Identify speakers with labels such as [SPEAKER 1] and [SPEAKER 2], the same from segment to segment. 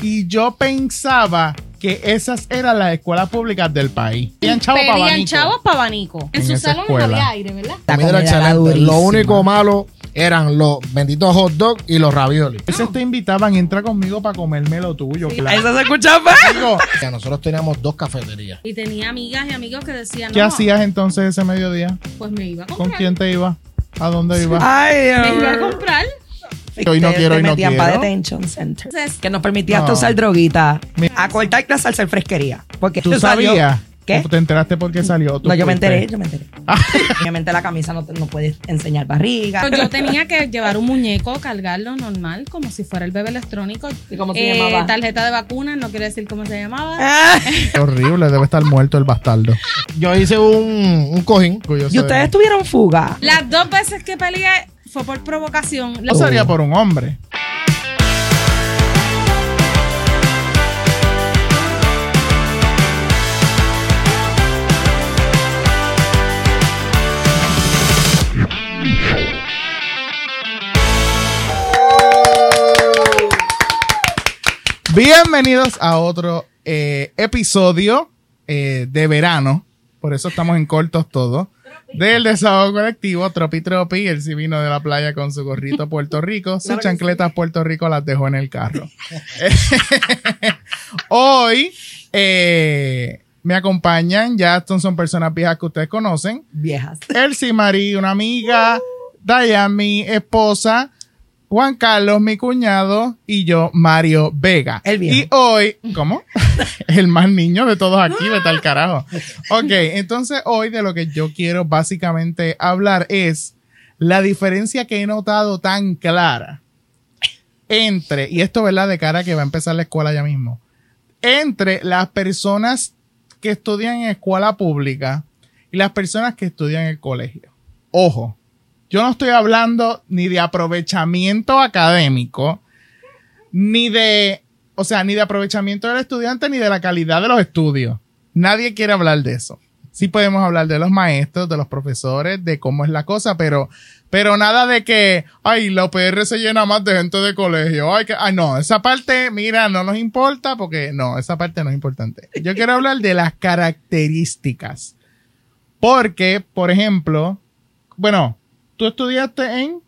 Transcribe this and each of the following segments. [SPEAKER 1] Y yo pensaba que esas eran las escuelas públicas del país. Pedían chavos para
[SPEAKER 2] Pedían
[SPEAKER 1] abanico.
[SPEAKER 2] chavos para abanico.
[SPEAKER 1] En
[SPEAKER 3] En sus
[SPEAKER 1] esa
[SPEAKER 3] salones
[SPEAKER 1] escuela.
[SPEAKER 3] había aire, ¿verdad?
[SPEAKER 4] La comida
[SPEAKER 5] Mira,
[SPEAKER 4] era
[SPEAKER 5] excelente.
[SPEAKER 4] durísima.
[SPEAKER 5] Lo único malo eran los benditos hot dogs y los raviolis.
[SPEAKER 1] Veces te invitaban, entra conmigo para comerme lo tuyo. claro.
[SPEAKER 6] Eso se escucha más.
[SPEAKER 1] Digo,
[SPEAKER 5] O sea, nosotros teníamos dos cafeterías.
[SPEAKER 2] Y tenía amigas y amigos que decían,
[SPEAKER 1] ¿Qué
[SPEAKER 2] no,
[SPEAKER 1] hacías entonces ese mediodía?
[SPEAKER 2] pues me iba a comprar.
[SPEAKER 1] ¿Con quién te ibas? ¿A dónde ibas?
[SPEAKER 6] Ay,
[SPEAKER 2] Me iba a
[SPEAKER 6] Dios.
[SPEAKER 2] comprar.
[SPEAKER 1] Hoy no
[SPEAKER 6] Te-
[SPEAKER 1] quiero,
[SPEAKER 6] te
[SPEAKER 1] hoy no
[SPEAKER 6] metían
[SPEAKER 1] quiero.
[SPEAKER 6] para detention center.
[SPEAKER 2] Entonces,
[SPEAKER 6] Que nos permitías
[SPEAKER 1] No.
[SPEAKER 6] tú usar droguita.
[SPEAKER 1] Mi-
[SPEAKER 6] A cortar clase al ser fresquería. Porque
[SPEAKER 1] ¿Tú
[SPEAKER 6] eso salió-
[SPEAKER 1] sabías?
[SPEAKER 6] ¿Qué?
[SPEAKER 1] ¿O ¿Te enteraste por qué salió? ¿Tú
[SPEAKER 6] No, yo me
[SPEAKER 1] fuiste?
[SPEAKER 6] enteré, yo me enteré. Obviamente la camisa no, te- no puedes enseñar barriga.
[SPEAKER 2] yo tenía que llevar un muñeco, cargarlo normal, como si fuera el bebé electrónico. Eh,
[SPEAKER 6] ¿Y cómo se llamaba?
[SPEAKER 2] Tarjeta de vacuna, no quiero decir cómo se llamaba.
[SPEAKER 6] Ah.
[SPEAKER 1] Qué horrible, debe estar muerto el bastardo.
[SPEAKER 5] Yo hice un, un cojín.
[SPEAKER 1] Orgulloso
[SPEAKER 6] Y
[SPEAKER 1] de
[SPEAKER 6] ustedes
[SPEAKER 1] mí.
[SPEAKER 6] tuvieron fuga.
[SPEAKER 2] Las dos veces que peleé fue por provocación. La-
[SPEAKER 1] Yo sería por un hombre. Bienvenidos a otro eh, episodio eh, de verano. Por eso estamos en cortos todos. Del desahogo colectivo, Tropi Tropi, él sí vino de la playa con su gorrito a Puerto Rico, sus chancletas Puerto Rico las dejó en el carro. Hoy eh, me acompañan, ya estos son personas viejas que ustedes conocen,
[SPEAKER 6] Viejas.
[SPEAKER 1] Elsie Marie, una amiga, Dayan, mi esposa, Juan Carlos, mi cuñado, y yo, Mario Vega.
[SPEAKER 6] El viejo.
[SPEAKER 1] y hoy, ¿cómo? El más niño de todos aquí, vete al carajo. Ok, entonces hoy de lo que yo quiero básicamente hablar es la diferencia que he notado tan clara entre, y esto, ¿verdad? De cara a que va a empezar la escuela ya mismo, entre las personas que estudian en escuela pública y las personas que estudian en el colegio. Ojo, yo no estoy hablando ni de aprovechamiento académico, ni de, o sea, ni de aprovechamiento del estudiante, ni de la calidad de los estudios. Nadie quiere hablar de eso. Sí podemos hablar de los maestros, de los profesores, de cómo es la cosa, pero, pero nada de que, ay, la OPR se llena más de gente de colegio. Ay, que, ay, no, esa parte, mira, no nos importa porque no, esa parte no es importante. Yo quiero hablar de las características. Porque, por ejemplo, bueno, tú estudiaste en,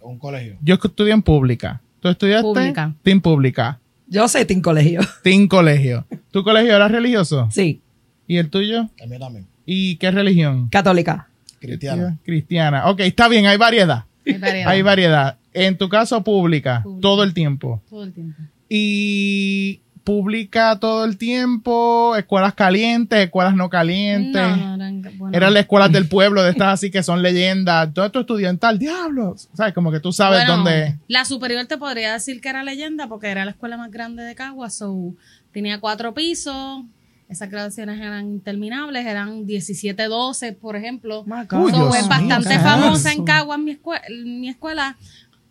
[SPEAKER 5] Un colegio.
[SPEAKER 1] yo estudié en pública. Tú estudiaste
[SPEAKER 2] Pública.
[SPEAKER 1] en pública.
[SPEAKER 6] Yo sé, en colegio.
[SPEAKER 1] Tin colegio. ¿Tu colegio era religioso?
[SPEAKER 6] Sí,
[SPEAKER 1] ¿Y el tuyo?
[SPEAKER 5] El mío también.
[SPEAKER 1] ¿Y qué religión?
[SPEAKER 6] católica.
[SPEAKER 5] Cristiano.
[SPEAKER 1] Cristiana. Ok, está bien, hay variedad.
[SPEAKER 2] Hay variedad.
[SPEAKER 1] Hay variedad. En tu caso, pública,
[SPEAKER 2] Pública.
[SPEAKER 1] todo el tiempo.
[SPEAKER 2] Todo el tiempo.
[SPEAKER 1] Y pública todo el tiempo, escuelas calientes, escuelas no calientes.
[SPEAKER 2] No, no, eran- bueno.
[SPEAKER 1] Eran las escuelas del pueblo, de estas así que son leyendas. Todo esto estudiantal, diablos. ¿Sabes? Como que tú sabes
[SPEAKER 2] Bueno,
[SPEAKER 1] dónde.
[SPEAKER 2] La superior te podría decir que era leyenda porque era la escuela más grande de Caguas. so, tenía cuatro pisos. Esas graduaciones eran interminables, eran 17, 12, por ejemplo.
[SPEAKER 1] God. Uy,
[SPEAKER 2] So,
[SPEAKER 1] Dios
[SPEAKER 2] es
[SPEAKER 1] mío,
[SPEAKER 2] bastante
[SPEAKER 1] carajo.
[SPEAKER 2] famosa en Caguas, mi, escue- mi escuela,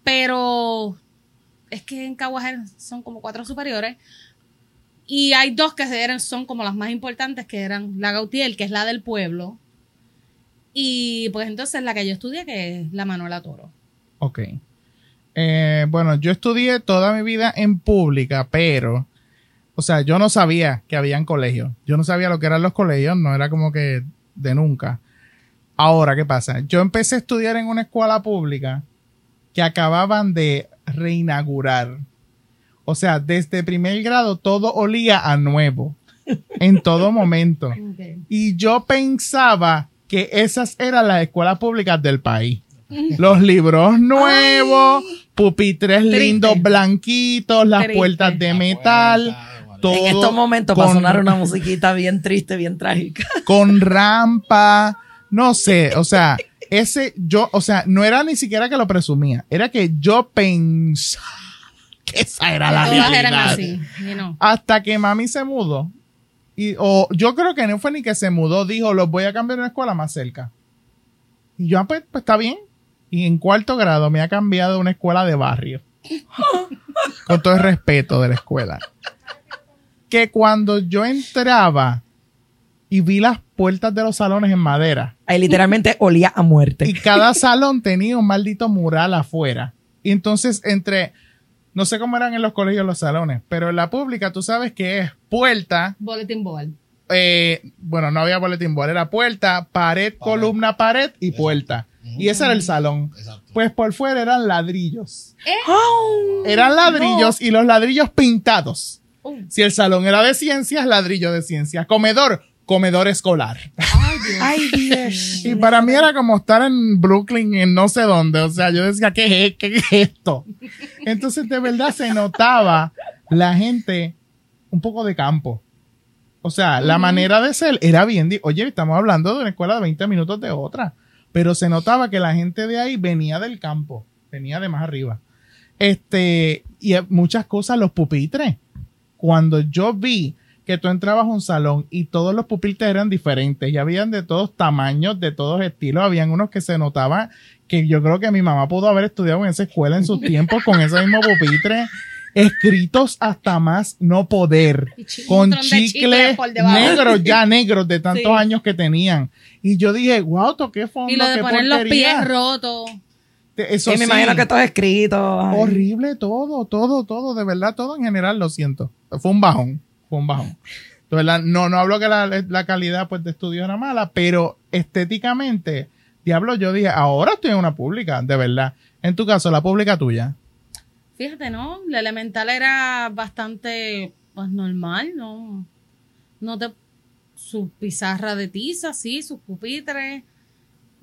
[SPEAKER 2] pero es que en Caguas eran- son como cuatro superiores. Y hay dos que eran, son como las más importantes, que eran la Gautier, que es la del pueblo, y pues entonces la que yo estudié, que es la Manuela Toro.
[SPEAKER 1] Ok. Eh, bueno, yo estudié toda mi vida en pública, pero, o sea, yo no sabía que habían colegios. Yo no sabía lo que eran los colegios, no era como que de nunca. Ahora, ¿qué pasa? Yo empecé a estudiar en una escuela pública que acababan de reinaugurar. O sea, desde primer grado todo olía a nuevo, en todo momento. Y yo pensaba que esas eran las escuelas públicas del país. Los libros nuevos, pupitres
[SPEAKER 6] Triste.
[SPEAKER 1] lindos, blanquitos, las
[SPEAKER 2] Triste.
[SPEAKER 1] puertas de
[SPEAKER 5] La
[SPEAKER 1] metal,
[SPEAKER 5] puerta, bueno.
[SPEAKER 1] todo
[SPEAKER 6] en estos momentos va a
[SPEAKER 1] con-
[SPEAKER 6] sonar una musiquita bien triste, bien trágica.
[SPEAKER 1] con rampa, no sé, o sea, ese yo, o sea, no era ni siquiera que lo presumía, era que yo pensaba que esa era la
[SPEAKER 2] Todas eran
[SPEAKER 1] realidad.
[SPEAKER 2] así, you know.
[SPEAKER 1] Hasta que mami se mudó. Y, o yo creo que no fue ni que se mudó, dijo, los voy a cambiar a una escuela más cerca. Y yo, ah, pues, pues está bien. Y en cuarto grado me ha cambiado a una escuela de barrio. Con todo el respeto de la escuela. Que cuando yo entraba y vi las puertas de los salones en madera,
[SPEAKER 6] Ahí literalmente olía a muerte.
[SPEAKER 1] y cada salón tenía un maldito mural afuera. Y entonces, entre No sé cómo eran en los colegios los salones, pero en la pública tú sabes que es puerta,
[SPEAKER 2] Bulletin board.
[SPEAKER 1] eh, bueno, no había boletín board, era puerta, pared, columna, pared y puerta. Y ese era el salón.
[SPEAKER 5] Exacto.
[SPEAKER 1] Pues por fuera eran ladrillos.
[SPEAKER 6] ¡Oh!
[SPEAKER 1] Eran ladrillos y los ladrillos pintados.
[SPEAKER 2] Uh.
[SPEAKER 1] Si el salón era de ciencias, ladrillo de ciencias. Comedor, comedor escolar.
[SPEAKER 2] Ay, Dios.
[SPEAKER 6] Ay, Dios.
[SPEAKER 1] Y para mí era como estar en Brooklyn, en no sé dónde. O sea, yo decía, ¿qué es, e-, qué es esto? Entonces, de verdad, se notaba la gente un poco de campo. O sea, la manera de ser era bien. di- Oye, estamos hablando de una escuela de 20 minutos de otra. Pero se notaba que la gente de ahí venía del campo, venía de más arriba. Este, y eh, muchas cosas, los pupitres. Cuando yo vi que tú entrabas a un salón y todos los pupitres eran diferentes y habían de todos tamaños, de todos estilos, habían unos que se notaba que yo creo que mi mamá pudo haber estudiado en esa escuela en sus tiempos con ese mismo pupitre, escritos hasta más no poder,
[SPEAKER 2] Y chi- un
[SPEAKER 1] con
[SPEAKER 2] montón de chicles
[SPEAKER 1] chicles
[SPEAKER 2] por debajo.
[SPEAKER 1] negros, ya negros de tantos
[SPEAKER 2] Sí.
[SPEAKER 1] años que tenían. Y yo dije, wow, toqué fondo,
[SPEAKER 2] Y lo de
[SPEAKER 1] qué
[SPEAKER 2] poner los
[SPEAKER 1] porquería".
[SPEAKER 2] pies rotos.
[SPEAKER 1] Te- Eso
[SPEAKER 6] Sí, me
[SPEAKER 1] sí.
[SPEAKER 6] imagino que todo es escrito. Ay.
[SPEAKER 1] Horrible todo, todo, todo, de verdad, todo en general, lo siento. Fue un bajón, fue un bajón. De verdad, no, no hablo que la, la calidad pues, de estudio era mala, pero estéticamente, diablo, yo dije, ahora estoy en una pública, de verdad. En tu caso, la pública tuya.
[SPEAKER 2] Fíjate, ¿no? La elemental era bastante pues, normal, ¿no? No te. Sus pizarras de tiza, sí, sus pupitres.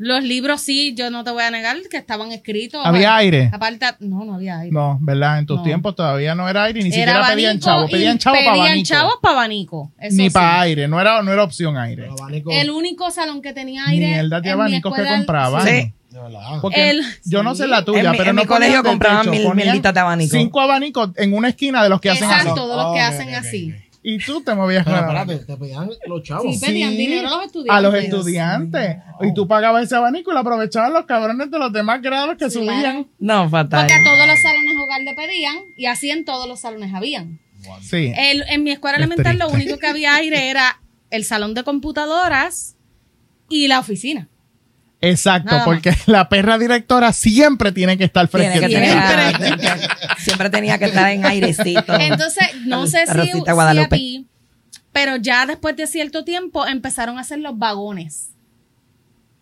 [SPEAKER 2] Los libros, sí, yo no te voy a negar que estaban escritos.
[SPEAKER 1] ¿Había
[SPEAKER 2] Aparte-
[SPEAKER 1] aire?
[SPEAKER 2] Aparte, no, no había aire.
[SPEAKER 1] No, ¿verdad? En tus
[SPEAKER 2] eh, No.
[SPEAKER 1] tiempos todavía no era aire, ni
[SPEAKER 2] Era
[SPEAKER 1] siquiera pedían
[SPEAKER 2] abanico
[SPEAKER 1] chavo,
[SPEAKER 2] y
[SPEAKER 1] pedían chavo para
[SPEAKER 2] pedían
[SPEAKER 1] abanico.
[SPEAKER 2] chavos pa' abanico, eso
[SPEAKER 1] ni
[SPEAKER 2] sí.
[SPEAKER 1] para aire, no era, no era opción aire.
[SPEAKER 5] El abanico,
[SPEAKER 2] El único salón que tenía aire.
[SPEAKER 1] Mierda de
[SPEAKER 2] en mi
[SPEAKER 1] abanicos que
[SPEAKER 2] escuela-
[SPEAKER 1] compraban.
[SPEAKER 6] Sí.
[SPEAKER 5] de verdad. Ah,
[SPEAKER 1] Porque
[SPEAKER 2] El-
[SPEAKER 1] yo no sé la tuya,
[SPEAKER 6] En mi-
[SPEAKER 1] pero
[SPEAKER 6] en
[SPEAKER 1] no
[SPEAKER 6] mi colegio
[SPEAKER 1] ponían del
[SPEAKER 6] compraban
[SPEAKER 1] techo,
[SPEAKER 6] mil-
[SPEAKER 1] ponían
[SPEAKER 6] mielitas de abanico.
[SPEAKER 1] Cinco abanicos en una esquina de los que hacen
[SPEAKER 2] Exacto,
[SPEAKER 1] así.
[SPEAKER 2] todos los que
[SPEAKER 5] Ah, ok,
[SPEAKER 2] hacen
[SPEAKER 5] ok,
[SPEAKER 2] así.
[SPEAKER 5] ok.
[SPEAKER 1] Y tú te movías
[SPEAKER 5] Pero
[SPEAKER 1] con la-
[SPEAKER 5] espérate, te pedían los chavos.
[SPEAKER 2] Sí, pedían
[SPEAKER 1] Sí,
[SPEAKER 2] dinero a los estudiantes.
[SPEAKER 1] a los estudiantes. Y tú pagabas ese abanico y lo aprovechaban los cabrones de los demás grados que subían.
[SPEAKER 6] No, fatal.
[SPEAKER 2] Porque a todos los salones hogar le pedían y así en todos los salones habían.
[SPEAKER 1] Sí.
[SPEAKER 2] El- en mi escuela
[SPEAKER 1] Es
[SPEAKER 2] elemental lo
[SPEAKER 1] triste.
[SPEAKER 2] único que había aire era el salón de computadoras y la oficina.
[SPEAKER 1] Exacto,
[SPEAKER 2] nada más.
[SPEAKER 1] porque la perra directora siempre tiene que estar
[SPEAKER 6] Tiene
[SPEAKER 1] fresquita.
[SPEAKER 6] que tener- siempre tenía que estar en airecito.
[SPEAKER 2] Entonces, no sé
[SPEAKER 6] La
[SPEAKER 2] si,
[SPEAKER 6] Rosita
[SPEAKER 2] si a
[SPEAKER 6] Guadalupe.
[SPEAKER 2] ti, pero ya después de cierto tiempo empezaron a hacer los vagones.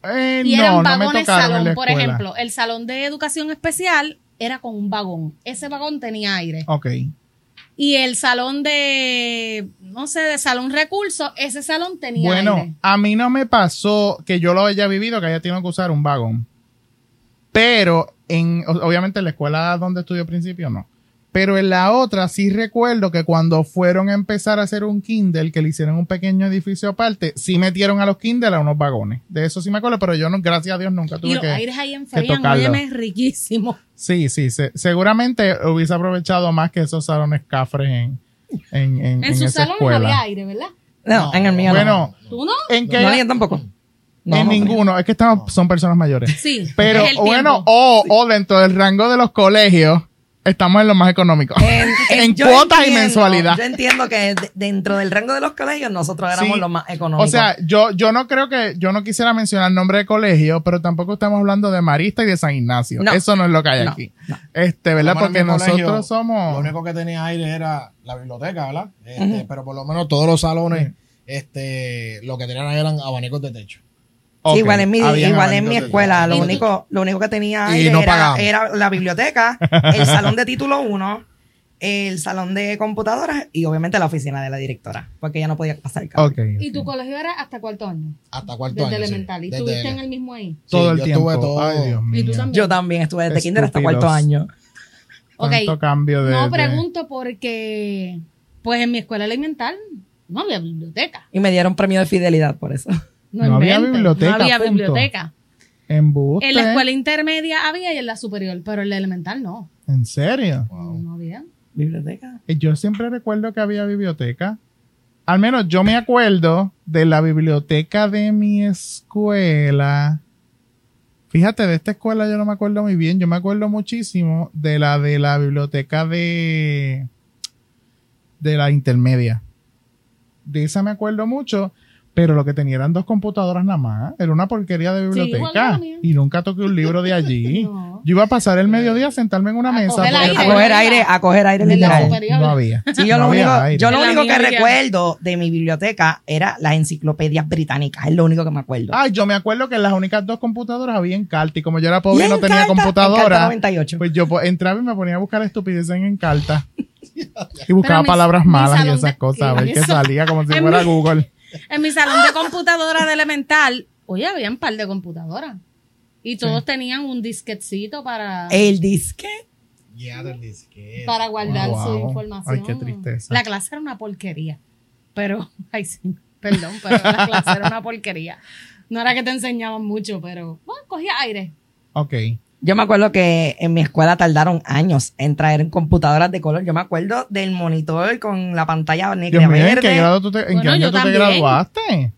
[SPEAKER 1] Eh,
[SPEAKER 2] Y
[SPEAKER 1] no,
[SPEAKER 2] eran
[SPEAKER 1] no me
[SPEAKER 2] vagones
[SPEAKER 1] tocaron en la
[SPEAKER 2] salón, por
[SPEAKER 1] escuela.
[SPEAKER 2] ejemplo. El salón de educación especial era con un vagón. Ese vagón tenía aire.
[SPEAKER 1] Ok.
[SPEAKER 2] Y el salón de, no sé, de salón recursos, ese salón tenía
[SPEAKER 1] Bueno,
[SPEAKER 2] aire.
[SPEAKER 1] a mí no me pasó que yo lo haya vivido, que haya tenido que usar un vagón. Pero, en, o- obviamente, en la escuela donde estudié al principio, no. Pero en la otra sí recuerdo que cuando fueron a empezar a hacer un Kindle, que le hicieron un pequeño edificio aparte, sí metieron a los Kindle a unos vagones. De eso sí me acuerdo, pero yo, no, gracias a Dios, nunca
[SPEAKER 2] Y
[SPEAKER 1] tuve
[SPEAKER 2] los
[SPEAKER 1] que...
[SPEAKER 2] aires ahí enfrían,
[SPEAKER 1] tocarlo.
[SPEAKER 2] óyeme, riquísimo.
[SPEAKER 1] Sí, sí, se- seguramente hubiese aprovechado más que esos salones cafres en, en, en,
[SPEAKER 2] En
[SPEAKER 1] en
[SPEAKER 2] sus
[SPEAKER 1] esa
[SPEAKER 2] salones
[SPEAKER 1] escuela.
[SPEAKER 2] había aire, ¿verdad?
[SPEAKER 6] no, en el mío
[SPEAKER 1] Bueno,
[SPEAKER 2] ¿Tú no?
[SPEAKER 1] ¿en
[SPEAKER 6] no.
[SPEAKER 1] qué?
[SPEAKER 6] No, ni yo tampoco. No,
[SPEAKER 1] en
[SPEAKER 6] no,
[SPEAKER 1] ninguno, es que estamos, son personas mayores.
[SPEAKER 2] Sí.
[SPEAKER 1] Pero
[SPEAKER 2] es el
[SPEAKER 1] bueno,
[SPEAKER 2] tiempo.
[SPEAKER 1] o, o dentro del rango de los colegios, estamos en lo más económico.
[SPEAKER 6] Eh,
[SPEAKER 1] En,
[SPEAKER 6] yo
[SPEAKER 1] cuotas y
[SPEAKER 6] entiendo,
[SPEAKER 1] mensualidad.
[SPEAKER 6] Yo entiendo que de- dentro del rango de los colegios nosotros éramos
[SPEAKER 1] Sí.
[SPEAKER 6] los más
[SPEAKER 1] O
[SPEAKER 6] económicos.
[SPEAKER 1] sea, yo, yo no creo que, yo no quisiera mencionar nombre de colegio, pero tampoco estamos hablando de Marista y de San Ignacio.
[SPEAKER 6] No.
[SPEAKER 1] Eso no es lo que hay
[SPEAKER 6] No,
[SPEAKER 1] aquí. Este, ¿verdad?
[SPEAKER 5] Por lo menos
[SPEAKER 1] Porque
[SPEAKER 5] en mi
[SPEAKER 1] nosotros
[SPEAKER 5] colegio, Lo
[SPEAKER 1] somos.
[SPEAKER 5] único que tenía aire era la biblioteca, ¿verdad? Este, Pero por lo menos todos los salones, este, lo que tenían ahí eran abanicos de techo.
[SPEAKER 1] Ok,
[SPEAKER 6] Sí, igual en mi,
[SPEAKER 1] habían
[SPEAKER 6] igual en
[SPEAKER 1] abanicos
[SPEAKER 6] mi
[SPEAKER 1] de-
[SPEAKER 6] escuela, lo
[SPEAKER 2] Y-
[SPEAKER 6] único, lo único que tenía
[SPEAKER 5] Y
[SPEAKER 6] aire
[SPEAKER 5] no
[SPEAKER 6] era,
[SPEAKER 5] pagamos.
[SPEAKER 6] era la biblioteca, el salón de título 1, el salón de computadoras y obviamente la oficina de la directora, porque ella no podía pasar cable.
[SPEAKER 1] Ok, ok.
[SPEAKER 2] ¿Y tu colegio era hasta cuarto año?
[SPEAKER 5] Hasta cuarto
[SPEAKER 2] Desde
[SPEAKER 5] año. sí.
[SPEAKER 2] elemental. ¿Y
[SPEAKER 5] Desde-
[SPEAKER 2] estuviste en el mismo ahí?
[SPEAKER 5] sí,
[SPEAKER 1] todo el
[SPEAKER 5] yo
[SPEAKER 1] tiempo.
[SPEAKER 5] estuve todo-
[SPEAKER 1] Ay, Dios mío.
[SPEAKER 2] Y tú también.
[SPEAKER 6] Yo también estuve desde kinder hasta
[SPEAKER 1] Estúpidos.
[SPEAKER 6] cuarto año.
[SPEAKER 2] Ok.
[SPEAKER 1] Tanto cambio de.
[SPEAKER 2] no
[SPEAKER 1] de-
[SPEAKER 2] pregunto porque, pues en mi escuela elemental no había biblioteca.
[SPEAKER 6] Y me dieron premio de fidelidad por eso.
[SPEAKER 1] No había
[SPEAKER 2] inventes,
[SPEAKER 1] biblioteca,
[SPEAKER 2] No había
[SPEAKER 1] punto.
[SPEAKER 2] biblioteca.
[SPEAKER 1] embuste.
[SPEAKER 2] En la escuela intermedia había y en la superior, pero en la elemental no.
[SPEAKER 1] ¿En serio?
[SPEAKER 2] No había.
[SPEAKER 6] Biblioteca.
[SPEAKER 1] Eh, Yo siempre recuerdo que había biblioteca. Al menos yo me acuerdo de la biblioteca de mi escuela. Fíjate, de esta escuela yo no me acuerdo muy bien. Yo me acuerdo muchísimo de la de la biblioteca de de la intermedia. De esa me acuerdo mucho Pero lo que tenía eran dos computadoras nada más. Era una porquería de
[SPEAKER 2] Sí,
[SPEAKER 1] biblioteca.
[SPEAKER 2] igual que la mía.
[SPEAKER 1] y nunca toqué un libro de allí.
[SPEAKER 2] No.
[SPEAKER 1] Yo iba a pasar el mediodía a sentarme en una
[SPEAKER 2] A
[SPEAKER 1] mesa.
[SPEAKER 2] coger
[SPEAKER 1] porque-
[SPEAKER 6] A coger aire, a coger aire
[SPEAKER 2] De la
[SPEAKER 6] literal.
[SPEAKER 2] super- superior.
[SPEAKER 1] no había.
[SPEAKER 6] Sí, yo
[SPEAKER 1] No
[SPEAKER 6] lo
[SPEAKER 1] había
[SPEAKER 6] único,
[SPEAKER 1] aire.
[SPEAKER 6] yo lo
[SPEAKER 2] De la
[SPEAKER 6] único que
[SPEAKER 2] mía había.
[SPEAKER 6] recuerdo de mi biblioteca era las enciclopedias británicas, es lo único que me acuerdo.
[SPEAKER 1] Ay, yo me acuerdo que las únicas dos computadoras había en Carta y como yo era pobre y
[SPEAKER 6] Y
[SPEAKER 1] no
[SPEAKER 6] en
[SPEAKER 1] tenía
[SPEAKER 6] carta, en carta
[SPEAKER 1] computadora,
[SPEAKER 6] 98.
[SPEAKER 1] pues yo po- entraba y me ponía a buscar estupideces en Encarta y buscaba
[SPEAKER 2] Pero mi-
[SPEAKER 1] palabras
[SPEAKER 2] mi
[SPEAKER 1] malas y
[SPEAKER 2] salón
[SPEAKER 1] esas
[SPEAKER 2] de-
[SPEAKER 1] cosas, a ver qué
[SPEAKER 2] Eso.
[SPEAKER 1] salía como si
[SPEAKER 2] En
[SPEAKER 1] fuera
[SPEAKER 2] mi-
[SPEAKER 1] Google.
[SPEAKER 2] En mi salón de computadora de elemental, oye, había un par de computadoras. Y todos tenían un disquetcito para,
[SPEAKER 1] Eh,
[SPEAKER 6] El disque.
[SPEAKER 5] Ya del disquete.
[SPEAKER 2] para guardar
[SPEAKER 1] Wow.
[SPEAKER 2] su
[SPEAKER 1] Ay,
[SPEAKER 2] información.
[SPEAKER 1] qué tristeza.
[SPEAKER 2] La clase era una porquería. Pero, ay, sí, perdón, pero la clase era una porquería. No era que te enseñaban mucho, pero bueno, cogía aire.
[SPEAKER 1] Ok.
[SPEAKER 6] Yo me acuerdo que en mi escuela tardaron años en traer computadoras de color. Yo me acuerdo del monitor con la pantalla
[SPEAKER 1] Dios
[SPEAKER 6] negra
[SPEAKER 1] mío, ¿en qué,
[SPEAKER 6] verde.
[SPEAKER 1] grado tú te, en qué
[SPEAKER 2] Bueno,
[SPEAKER 1] año
[SPEAKER 2] yo
[SPEAKER 1] tú te
[SPEAKER 2] también.
[SPEAKER 1] graduaste?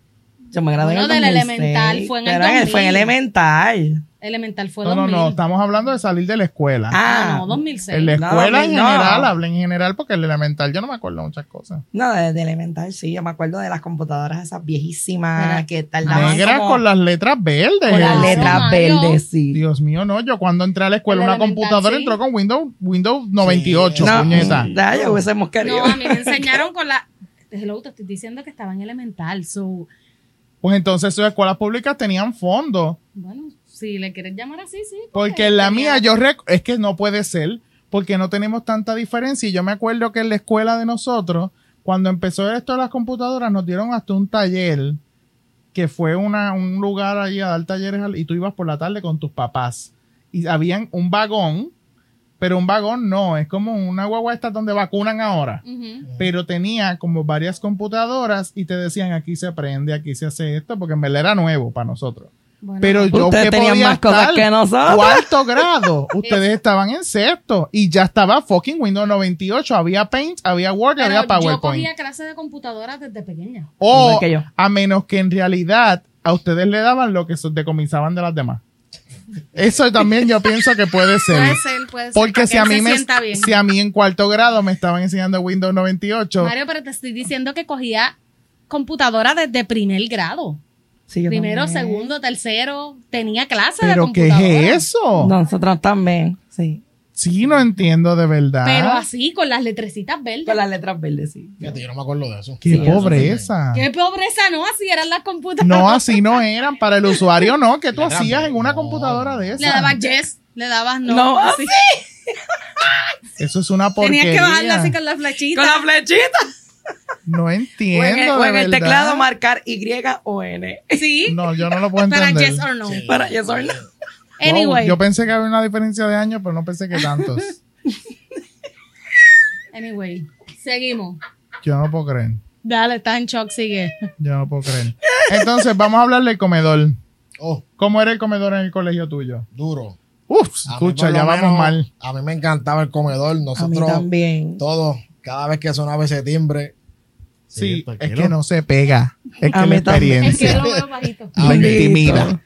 [SPEAKER 6] Yo me gradué en
[SPEAKER 2] Bueno,
[SPEAKER 6] el
[SPEAKER 2] del
[SPEAKER 6] 2006,
[SPEAKER 2] elemental, fue en el
[SPEAKER 6] pero
[SPEAKER 2] 2000.
[SPEAKER 6] elemental.
[SPEAKER 2] Elemental fue
[SPEAKER 1] No, no,
[SPEAKER 2] 2000.
[SPEAKER 1] no, estamos hablando de salir de la escuela.
[SPEAKER 2] Ah,
[SPEAKER 6] Ah,
[SPEAKER 2] no, 2006.
[SPEAKER 1] en la
[SPEAKER 6] no,
[SPEAKER 1] escuela en
[SPEAKER 6] no.
[SPEAKER 1] general, hablé en general porque el elemental yo no me acuerdo muchas cosas.
[SPEAKER 6] no, de, de elemental sí. Yo me acuerdo de las computadoras esas viejísimas
[SPEAKER 2] Mira,
[SPEAKER 6] que tardaban
[SPEAKER 1] Negras
[SPEAKER 6] como-
[SPEAKER 1] con las letras verdes.
[SPEAKER 6] con las
[SPEAKER 2] Claro,
[SPEAKER 6] letras
[SPEAKER 2] Mario.
[SPEAKER 6] verdes, sí.
[SPEAKER 1] Dios mío, no. Yo cuando entré a la escuela,
[SPEAKER 2] El
[SPEAKER 1] una
[SPEAKER 2] elemental,
[SPEAKER 1] computadora
[SPEAKER 2] sí.
[SPEAKER 1] entró con Windows, Windows 98,
[SPEAKER 6] no,
[SPEAKER 1] puñeta.
[SPEAKER 6] Ya, yo hubiésemos querido.
[SPEAKER 2] No, a mí me enseñaron con la... Hello, te estoy diciendo que estaba en elemental. So,
[SPEAKER 1] Pues entonces sus escuelas públicas tenían fondos.
[SPEAKER 2] bueno, si le quieres llamar así, sí.
[SPEAKER 1] Porque en la mía yo rec- es que no puede ser, porque no tenemos tanta diferencia. Y yo me acuerdo que en la escuela de nosotros, cuando empezó esto de las computadoras, nos dieron hasta un taller que fue una, un lugar allí a dar talleres al- y tú ibas por la tarde con tus papás. Y habían un vagón, pero un vagón no, es como una guagua esta donde vacunan ahora.
[SPEAKER 2] Ujú.
[SPEAKER 1] pero tenía como varias computadoras y te decían aquí se aprende, aquí se hace esto, porque en verdad era nuevo para nosotros.
[SPEAKER 2] Bueno,
[SPEAKER 1] Pero yo
[SPEAKER 6] Ustedes
[SPEAKER 1] que
[SPEAKER 6] tenían
[SPEAKER 1] podía
[SPEAKER 6] más cosas
[SPEAKER 1] estar
[SPEAKER 6] que nosotros.
[SPEAKER 1] Cuarto grado, ustedes estaban en sexto y ya estaba fucking Windows 98, había Paint, había Word y
[SPEAKER 2] pero
[SPEAKER 1] había
[SPEAKER 2] yo
[SPEAKER 1] PowerPoint.
[SPEAKER 2] cogía clases de computadoras desde pequeña.
[SPEAKER 1] O
[SPEAKER 6] Igual que yo.
[SPEAKER 1] a menos que en realidad a ustedes le daban lo que se decomisaban de las demás. Eso también yo pienso que puede ser.
[SPEAKER 2] Puede ser, puede ser. para
[SPEAKER 1] Porque si
[SPEAKER 2] que
[SPEAKER 1] a,
[SPEAKER 2] él
[SPEAKER 1] mí
[SPEAKER 2] se
[SPEAKER 1] me,
[SPEAKER 2] sienta bien.
[SPEAKER 1] si a mí en cuarto grado me estaban enseñando Windows 98,
[SPEAKER 2] Mario, pero te estoy diciendo que cogía computadora desde primer grado.
[SPEAKER 6] Sí, yo
[SPEAKER 2] Primero,
[SPEAKER 6] también.
[SPEAKER 2] segundo, tercero. Tenía clase de
[SPEAKER 1] ¿pero qué
[SPEAKER 2] computadora.
[SPEAKER 1] es eso?
[SPEAKER 6] Nosotros también, sí.
[SPEAKER 1] Sí, no entiendo de verdad.
[SPEAKER 2] Pero así, con las letrecitas verdes.
[SPEAKER 6] Con las letras verdes, sí.
[SPEAKER 5] Fíjate, yo no me acuerdo de eso.
[SPEAKER 1] Qué
[SPEAKER 6] Sí,
[SPEAKER 1] pobreza.
[SPEAKER 2] Qué pobreza, ¿no? Así eran las computadoras.
[SPEAKER 1] Ah. No, así no eran. Para el usuario, no. ¿Qué tú
[SPEAKER 5] Le daban-
[SPEAKER 1] hacías en una
[SPEAKER 5] no.
[SPEAKER 1] computadora de
[SPEAKER 2] Le
[SPEAKER 1] esa?
[SPEAKER 2] dabas yes, le dabas no.
[SPEAKER 6] No,
[SPEAKER 2] así.
[SPEAKER 1] Eso es una
[SPEAKER 2] Tenías que bajarla
[SPEAKER 1] porquería.
[SPEAKER 2] así con la flechita.
[SPEAKER 6] Con la flechita.
[SPEAKER 1] No
[SPEAKER 6] O en el,
[SPEAKER 1] entiendo.
[SPEAKER 6] o
[SPEAKER 1] de
[SPEAKER 6] en el
[SPEAKER 1] verdad.
[SPEAKER 6] teclado marcar Y o N.
[SPEAKER 2] Sí,
[SPEAKER 1] No, yo no lo puedo
[SPEAKER 2] para
[SPEAKER 1] entender.
[SPEAKER 2] yes or no.
[SPEAKER 5] Sí.
[SPEAKER 6] Para yo soy la-
[SPEAKER 1] Wow,
[SPEAKER 2] Anyway,
[SPEAKER 1] yo pensé que había una diferencia de años, pero no pensé que tantos.
[SPEAKER 2] anyway, seguimos.
[SPEAKER 1] Yo no puedo creer.
[SPEAKER 2] Dale, estás en shock, sigue.
[SPEAKER 1] Yo no puedo creer. Entonces, vamos a hablar del comedor.
[SPEAKER 5] Oh,
[SPEAKER 1] ¿Cómo era el comedor en el colegio tuyo?
[SPEAKER 5] duro.
[SPEAKER 1] Uf,
[SPEAKER 5] A mí,
[SPEAKER 1] escucha,
[SPEAKER 5] por lo
[SPEAKER 1] ya
[SPEAKER 5] menos,
[SPEAKER 1] vamos mal.
[SPEAKER 5] A mí me encantaba el comedor.
[SPEAKER 6] A mí
[SPEAKER 5] Nosotros
[SPEAKER 6] también.
[SPEAKER 5] todos, cada vez que sonaba ese timbre.
[SPEAKER 1] Sí, es
[SPEAKER 5] tranquilo.
[SPEAKER 1] que no se pega. Es que
[SPEAKER 6] A
[SPEAKER 1] la
[SPEAKER 6] mí también.
[SPEAKER 2] Es que
[SPEAKER 1] experiencia
[SPEAKER 2] lo veo bajito.
[SPEAKER 5] Ah,
[SPEAKER 1] lo
[SPEAKER 5] ok.
[SPEAKER 1] intimida.